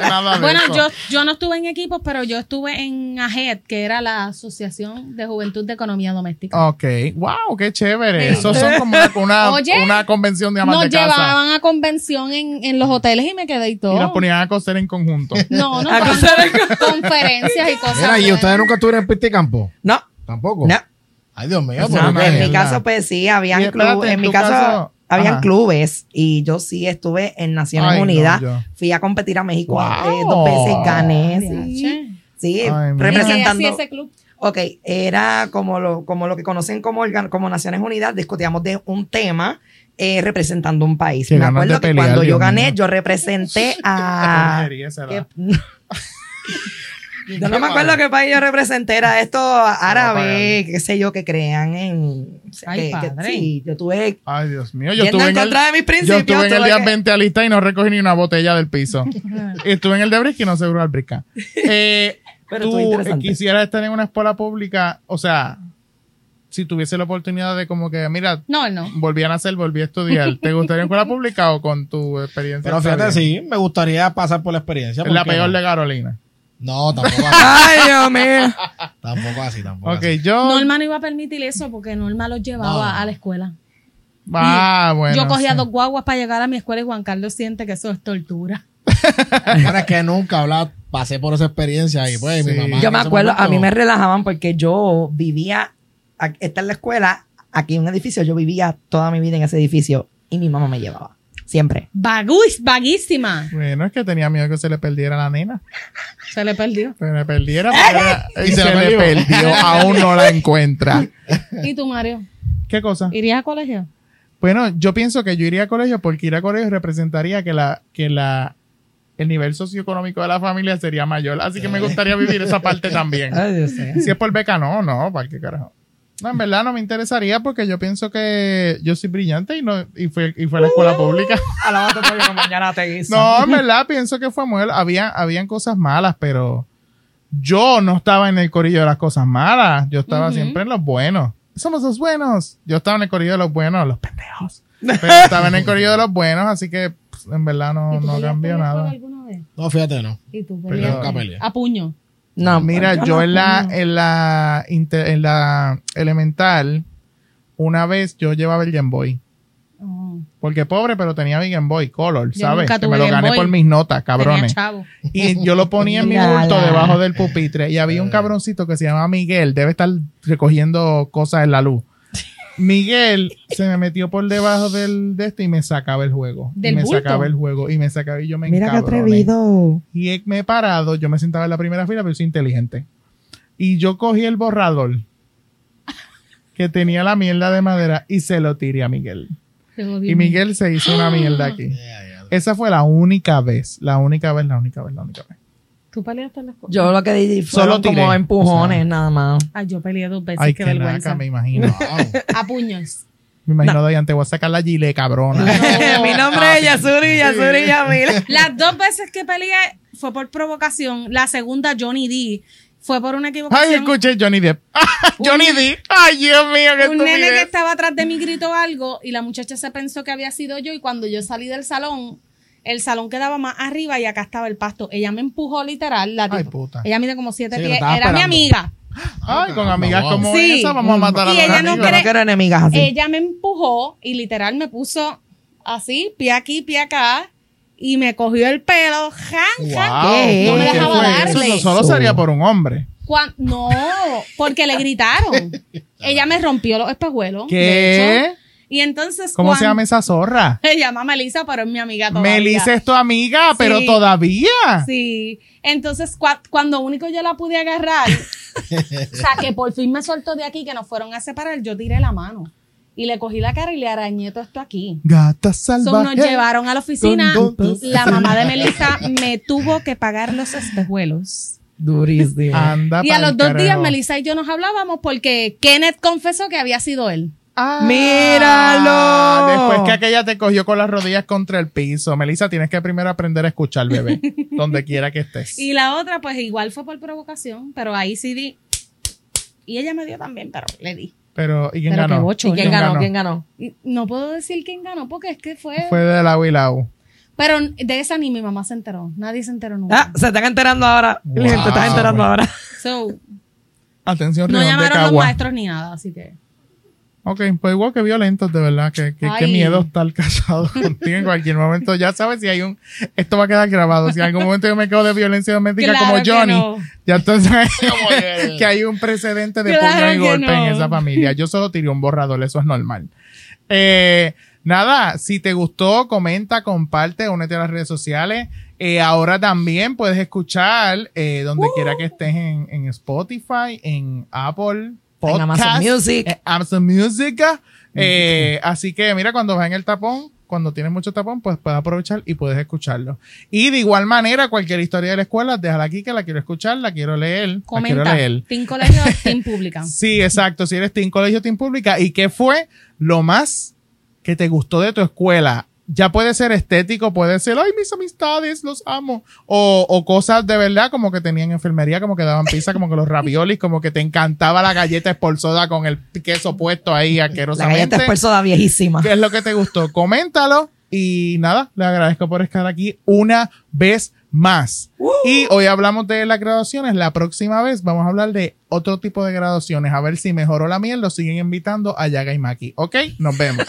[SPEAKER 1] Nada de
[SPEAKER 2] Bueno,
[SPEAKER 1] eso.
[SPEAKER 2] yo, yo no estuve en equipos, pero yo estuve en AGED, que era la Asociados de Juventud de Economía Doméstica.
[SPEAKER 1] Ok, wow, qué chévere.
[SPEAKER 2] Sí.
[SPEAKER 1] Esos son como una, una,
[SPEAKER 2] Oye,
[SPEAKER 1] una convención de amas
[SPEAKER 2] Nos
[SPEAKER 1] de casa.
[SPEAKER 2] llevaban a convención en, en los hoteles y me quedé y
[SPEAKER 1] Y las
[SPEAKER 2] todo.
[SPEAKER 1] ponían Ah, a coser en conjunto.
[SPEAKER 2] No, no,
[SPEAKER 6] A
[SPEAKER 2] fueron
[SPEAKER 6] coser el-
[SPEAKER 2] conferencias y cosas.
[SPEAKER 3] Mira, y
[SPEAKER 2] buenas.
[SPEAKER 3] ustedes nunca estuvieron en Pisticampo.
[SPEAKER 6] No,
[SPEAKER 3] Tampoco.
[SPEAKER 6] no.
[SPEAKER 3] Ay, Dios mío,
[SPEAKER 1] No,
[SPEAKER 3] ¿por
[SPEAKER 1] no,
[SPEAKER 3] qué?
[SPEAKER 1] es
[SPEAKER 6] en mi
[SPEAKER 1] verdad.
[SPEAKER 6] caso, pues sí,
[SPEAKER 1] Y
[SPEAKER 6] habían
[SPEAKER 1] espérate,
[SPEAKER 6] clubes.
[SPEAKER 1] en
[SPEAKER 6] En mi
[SPEAKER 1] tu
[SPEAKER 6] caso,
[SPEAKER 1] caso-
[SPEAKER 6] habían
[SPEAKER 1] Ajá.
[SPEAKER 6] clubes y yo sí estuve en Naciones
[SPEAKER 1] Ay, no,
[SPEAKER 6] Unidas.
[SPEAKER 1] yo.
[SPEAKER 6] Fui a competir a México
[SPEAKER 1] Wow. Ah,
[SPEAKER 6] eh, dos veces, gané.
[SPEAKER 2] Che.
[SPEAKER 6] Sí, sí
[SPEAKER 1] Ay, mira.
[SPEAKER 6] representando.
[SPEAKER 2] Y así ese club.
[SPEAKER 6] Ok, era como lo, como lo que conocen como, organ- como Naciones Unidas, discutíamos de un tema eh, representando un país.
[SPEAKER 1] Qué
[SPEAKER 6] Me
[SPEAKER 1] ganas
[SPEAKER 6] acuerdo
[SPEAKER 1] de
[SPEAKER 6] que
[SPEAKER 1] pelear,
[SPEAKER 6] cuando
[SPEAKER 1] Dios
[SPEAKER 6] yo gané,
[SPEAKER 1] mío.
[SPEAKER 6] yo representé
[SPEAKER 1] Qué
[SPEAKER 6] a...
[SPEAKER 1] porquería esa
[SPEAKER 6] que-
[SPEAKER 1] edad.
[SPEAKER 6] yo no me acuerdo qué país yo representé, era estos árabes, qué sé yo, que crean en... o sea,
[SPEAKER 2] Ay,
[SPEAKER 6] que- que-
[SPEAKER 2] padre.
[SPEAKER 6] sí, yo tuve...
[SPEAKER 1] Ay, Dios mío, yo
[SPEAKER 6] Yo
[SPEAKER 1] estuve
[SPEAKER 6] en
[SPEAKER 1] en el,
[SPEAKER 6] contra de mis
[SPEAKER 1] yo
[SPEAKER 6] principios.
[SPEAKER 1] estuve en el
[SPEAKER 6] tuve
[SPEAKER 1] día
[SPEAKER 6] que-
[SPEAKER 1] 20 a lista y no recogí ni una botella del piso. estuve en el de Brisca y no se duró al Brisca. Eh,
[SPEAKER 6] Pero
[SPEAKER 1] tú
[SPEAKER 6] estuvo interesante.
[SPEAKER 1] quisieras estar en una escuela pública, o sea, si tuviese la oportunidad de como que, mira,
[SPEAKER 2] No, él no.
[SPEAKER 1] volví a nacer, volví a estudiar, ¿te gustaría escuela pública o con tu experiencia?
[SPEAKER 3] Pero
[SPEAKER 1] está
[SPEAKER 3] fíjate,
[SPEAKER 1] bien?
[SPEAKER 3] sí, me gustaría pasar por la experiencia.
[SPEAKER 1] Es la
[SPEAKER 3] porque-
[SPEAKER 1] peor de Carolina.
[SPEAKER 3] No, tampoco así.
[SPEAKER 6] Ay, Dios mío.
[SPEAKER 3] tampoco así, tampoco
[SPEAKER 1] Ok,
[SPEAKER 3] así.
[SPEAKER 1] yo.
[SPEAKER 2] Norma no iba a permitir eso porque Norma los llevaba a la escuela.
[SPEAKER 1] ah, bueno.
[SPEAKER 2] yo cogía
[SPEAKER 1] sí.
[SPEAKER 2] dos guaguas para llegar a mi escuela y Juan Carlos siente que eso es tortura.
[SPEAKER 3] Pero es que nunca hablaba, pasé por esa experiencia y pues
[SPEAKER 1] Sí.
[SPEAKER 3] mi mamá.
[SPEAKER 6] Yo
[SPEAKER 3] en
[SPEAKER 6] me
[SPEAKER 3] ese
[SPEAKER 6] acuerdo, a mí me
[SPEAKER 3] momento-
[SPEAKER 6] relajaban porque yo vivía, a- esta en la escuela, aquí en un edificio, yo vivía toda mi vida en ese edificio y mi mamá me llevaba, siempre.
[SPEAKER 2] Vaguis, vaguísima.
[SPEAKER 1] Bueno, es que tenía miedo que se le perdiera la nena.
[SPEAKER 2] Se le perdió.
[SPEAKER 1] Se le perdiera. porque era-
[SPEAKER 3] Y
[SPEAKER 1] y
[SPEAKER 3] se
[SPEAKER 1] se,
[SPEAKER 3] la
[SPEAKER 1] le
[SPEAKER 3] perdió.
[SPEAKER 1] perdió. Aún no la encuentra.
[SPEAKER 2] ¿Y tú, Mario?
[SPEAKER 1] ¿Qué cosa?
[SPEAKER 2] ¿Irías a colegio?
[SPEAKER 1] Bueno, yo pienso que yo iría a colegio porque ir a colegio representaría que la, que la, el nivel socioeconómico de la familia sería mayor. Así que
[SPEAKER 3] Eh.
[SPEAKER 1] me gustaría vivir esa parte también.
[SPEAKER 6] Dios
[SPEAKER 1] Si es por beca, no, no, ¿para qué carajo? No, en verdad no me interesaría porque yo pienso que yo soy brillante y no, y fue, y fue a la escuela pública.
[SPEAKER 6] mañana te hizo.
[SPEAKER 1] No, en verdad pienso que fue muy... Había, habían cosas malas, pero yo no estaba en el corillo de las cosas malas. Yo estaba
[SPEAKER 2] Ujú.
[SPEAKER 1] siempre en los buenos. Somos los buenos. Yo estaba en el corillo de los buenos, los pendejos. Pero estaba en el corillo de los buenos, así que pues, en verdad no,
[SPEAKER 2] ¿Y tú
[SPEAKER 1] no
[SPEAKER 2] peleaste
[SPEAKER 1] cambió
[SPEAKER 2] en la escuela
[SPEAKER 1] nada.
[SPEAKER 2] alguna vez?
[SPEAKER 3] No, fíjate, no.
[SPEAKER 2] ¿Y tú
[SPEAKER 1] Pero-
[SPEAKER 2] peleaste?
[SPEAKER 3] Nunca peleé.
[SPEAKER 2] A puño.
[SPEAKER 6] No,
[SPEAKER 1] Ah, Mira, yo, en la, en la inter- en la elemental, una vez yo llevaba el Game Boy.
[SPEAKER 2] Oh,
[SPEAKER 1] Porque pobre, pero tenía Big and Boy Color,
[SPEAKER 2] Yo
[SPEAKER 1] ¿sabes?
[SPEAKER 2] nunca
[SPEAKER 1] Que
[SPEAKER 2] tuve
[SPEAKER 1] me lo
[SPEAKER 2] Game
[SPEAKER 1] gané
[SPEAKER 2] Boy.
[SPEAKER 1] por mis notas,
[SPEAKER 2] Tenía
[SPEAKER 1] cabrones.
[SPEAKER 2] chavo.
[SPEAKER 1] Y yo lo ponía en mi
[SPEAKER 6] Ya,
[SPEAKER 1] bulto
[SPEAKER 6] ya.
[SPEAKER 1] debajo del pupitre. Y había un cabroncito que se llamaba Miguel. Debe estar recogiendo cosas en la luz. Miguel se me metió por debajo del de este y me sacaba el juego.
[SPEAKER 2] ¿Del
[SPEAKER 1] y me
[SPEAKER 2] bulto?
[SPEAKER 1] sacaba el juego. Y me sacaba y yo me
[SPEAKER 6] Mira qué
[SPEAKER 1] encabroné.
[SPEAKER 6] atrevido.
[SPEAKER 1] Y he- me he parado. Yo me sentaba en la primera fila, pero soy inteligente. Y yo cogí el borrador que tenía la mierda de madera y se lo tiré a Miguel.
[SPEAKER 2] Te jodí.
[SPEAKER 1] Y Miguel se hizo una mierda aquí. Esa fue la única vez, la única vez, la única vez, la única vez.
[SPEAKER 2] ¿Tú peleaste en la escuela?
[SPEAKER 6] Yo lo que di fueron
[SPEAKER 1] Solo tiré,
[SPEAKER 6] como empujones,
[SPEAKER 1] o sea.
[SPEAKER 6] nada más.
[SPEAKER 2] Ah, yo peleé dos veces,
[SPEAKER 1] Ay,
[SPEAKER 2] qué
[SPEAKER 1] qué
[SPEAKER 2] vergüenza.
[SPEAKER 1] naca, me imagino.
[SPEAKER 2] A puños.
[SPEAKER 1] Me imagino de antes voy a sacar la gile, cabrona.
[SPEAKER 6] Mi nombre es Yasuri, Yasuri Yamil.
[SPEAKER 2] Las dos veces que peleé fue por provocación. La segunda, Johnny D, fue por una equivocación.
[SPEAKER 1] Ay, escuché Johnny Depp. Johnny Depp. Ay, Dios mío, qué
[SPEAKER 2] un nene que
[SPEAKER 1] estupidez.
[SPEAKER 2] estaba atrás de mí gritó algo y la muchacha se pensó que había sido yo y cuando yo salí del salón, el salón quedaba más arriba y acá estaba el pasto. Ella me empujó literal, la
[SPEAKER 1] Ay,
[SPEAKER 2] tipa.
[SPEAKER 1] puta.
[SPEAKER 2] Ella mide como siete
[SPEAKER 3] Sí, que
[SPEAKER 2] pies,
[SPEAKER 3] estaba
[SPEAKER 2] era mi
[SPEAKER 3] esperando.
[SPEAKER 2] amiga.
[SPEAKER 1] Ay, con amigas
[SPEAKER 3] Wow.
[SPEAKER 1] como
[SPEAKER 2] Sí.
[SPEAKER 1] esa vamos a matar a
[SPEAKER 2] Y
[SPEAKER 1] los
[SPEAKER 2] ella no
[SPEAKER 1] amigos.
[SPEAKER 6] Yo no Eh, quiero enemigas
[SPEAKER 1] Ah,
[SPEAKER 6] así.
[SPEAKER 2] Ella me empujó y literal me puso así, pie aquí, pie acá y me cogió el pelo, jan, jan.
[SPEAKER 1] Wow,
[SPEAKER 6] ¿Qué?
[SPEAKER 1] ¿por
[SPEAKER 6] No me
[SPEAKER 1] qué
[SPEAKER 2] dejaba
[SPEAKER 1] fue
[SPEAKER 2] darle.
[SPEAKER 1] Eso solo sería por un hombre.
[SPEAKER 2] Cuan- no, porque le gritaron. Ella me rompió los espejuelos. de
[SPEAKER 1] ¿Qué?
[SPEAKER 2] hecho. Y entonces.
[SPEAKER 1] ¿Cómo se
[SPEAKER 2] cuan-
[SPEAKER 1] llama esa zorra?
[SPEAKER 2] Se llama Melissa, pero es mi amiga todavía.
[SPEAKER 1] Melissa es tu amiga, pero
[SPEAKER 2] Sí.
[SPEAKER 1] todavía.
[SPEAKER 2] Sí. Entonces, cua- cuando único yo la pude agarrar, o sea, que por fin me soltó de aquí, que nos fueron a separar, yo tiré la mano. Y le cogí la cara y le arañé todo esto aquí.
[SPEAKER 1] Gata
[SPEAKER 2] So,
[SPEAKER 1] salvaje.
[SPEAKER 2] nos llevaron a la oficina.
[SPEAKER 1] Con gotas.
[SPEAKER 2] La mamá de Melissa me tuvo que pagar los espejuelos.
[SPEAKER 6] Durísimo.
[SPEAKER 1] Anda
[SPEAKER 2] Y a
[SPEAKER 1] Ah, pa'l
[SPEAKER 2] los dos días
[SPEAKER 1] carajo.
[SPEAKER 2] Melissa y yo nos hablábamos porque Kenneth confesó que había sido él.
[SPEAKER 1] Ah,
[SPEAKER 6] ¡Míralo!
[SPEAKER 1] Después que aquella te cogió con las rodillas contra el piso. Melissa, tienes que primero aprender a escuchar, bebé. donde quiera que estés.
[SPEAKER 2] Y la otra, pues igual fue por provocación, pero ahí sí di. Y ella me dio también, pero le di.
[SPEAKER 1] Pero, ¿y quién
[SPEAKER 2] Pero qué
[SPEAKER 1] ganó?
[SPEAKER 2] bochorno.
[SPEAKER 6] ¿Quién ganó? ¿Quién ganó?
[SPEAKER 2] Y No puedo decir quién ganó porque es que fue.
[SPEAKER 1] Fue de la U y la U.
[SPEAKER 2] Pero de esa ni mi mamá se enteró. Nadie se enteró nunca.
[SPEAKER 6] Ah, se están enterando ahora.
[SPEAKER 1] Wow.
[SPEAKER 6] Gente, estás enterando ahora.
[SPEAKER 2] So,
[SPEAKER 1] Atención,
[SPEAKER 2] no
[SPEAKER 1] Río de
[SPEAKER 2] llamaron los
[SPEAKER 1] Cagua.
[SPEAKER 2] maestros ni nada, así que.
[SPEAKER 1] Ok, pues igual que violentos, de verdad. Que, que- qué
[SPEAKER 2] Ay.
[SPEAKER 1] miedo estar casado contigo en cualquier momento. Ya sabes si hay un. Esto va a quedar grabado. Si en algún momento yo me quedo de violencia doméstica
[SPEAKER 2] Claro
[SPEAKER 1] como
[SPEAKER 2] que
[SPEAKER 1] Johnny,
[SPEAKER 2] no.
[SPEAKER 1] ya entonces que hay un precedente de
[SPEAKER 2] Claro
[SPEAKER 1] puño y
[SPEAKER 2] que
[SPEAKER 1] golpe
[SPEAKER 2] no.
[SPEAKER 1] en esa familia. Yo solo tiré un borrador, eso es normal. Eh, nada, si te gustó, comenta, comparte, únete a las redes sociales. Eh, ahora también puedes escuchar eh, donde quiera que estés en, en Spotify, en Apple Podcast,
[SPEAKER 6] En Amazon Music.
[SPEAKER 1] en Amazon Music. Eh, así que mira, cuando vas en el tapón, cuando tienes mucho tapón, pues puedes aprovechar y puedes escucharlo. Y de igual manera, cualquier historia de la escuela, déjala aquí que la quiero escuchar, la quiero leer, la
[SPEAKER 2] Comenta.
[SPEAKER 1] quiero leer.
[SPEAKER 2] Team Colegio, Team Pública.
[SPEAKER 1] Sí, exacto. Si eres Team Colegio, Team Pública. ¿Y qué fue lo más que te gustó de tu escuela? Ya puede ser estético, puede ser, ay, mis amistades, los amo. O, o cosas de verdad, como que tenían enfermería, como que daban pizza, como que los raviolis, como que te encantaba la galleta espolsada con el queso puesto ahí
[SPEAKER 6] La galleta
[SPEAKER 1] asquerosamente.
[SPEAKER 6] es persona viejísima.
[SPEAKER 1] ¿Qué es lo que te gustó? Coméntalo. Y nada, le agradezco por estar aquí una vez más. Y hoy hablamos de las graduaciones. La próxima vez vamos a hablar de otro tipo de graduaciones. A ver si mejoró la miel. Lo siguen invitando a Yaga y Maki. ¿Ok? Nos vemos.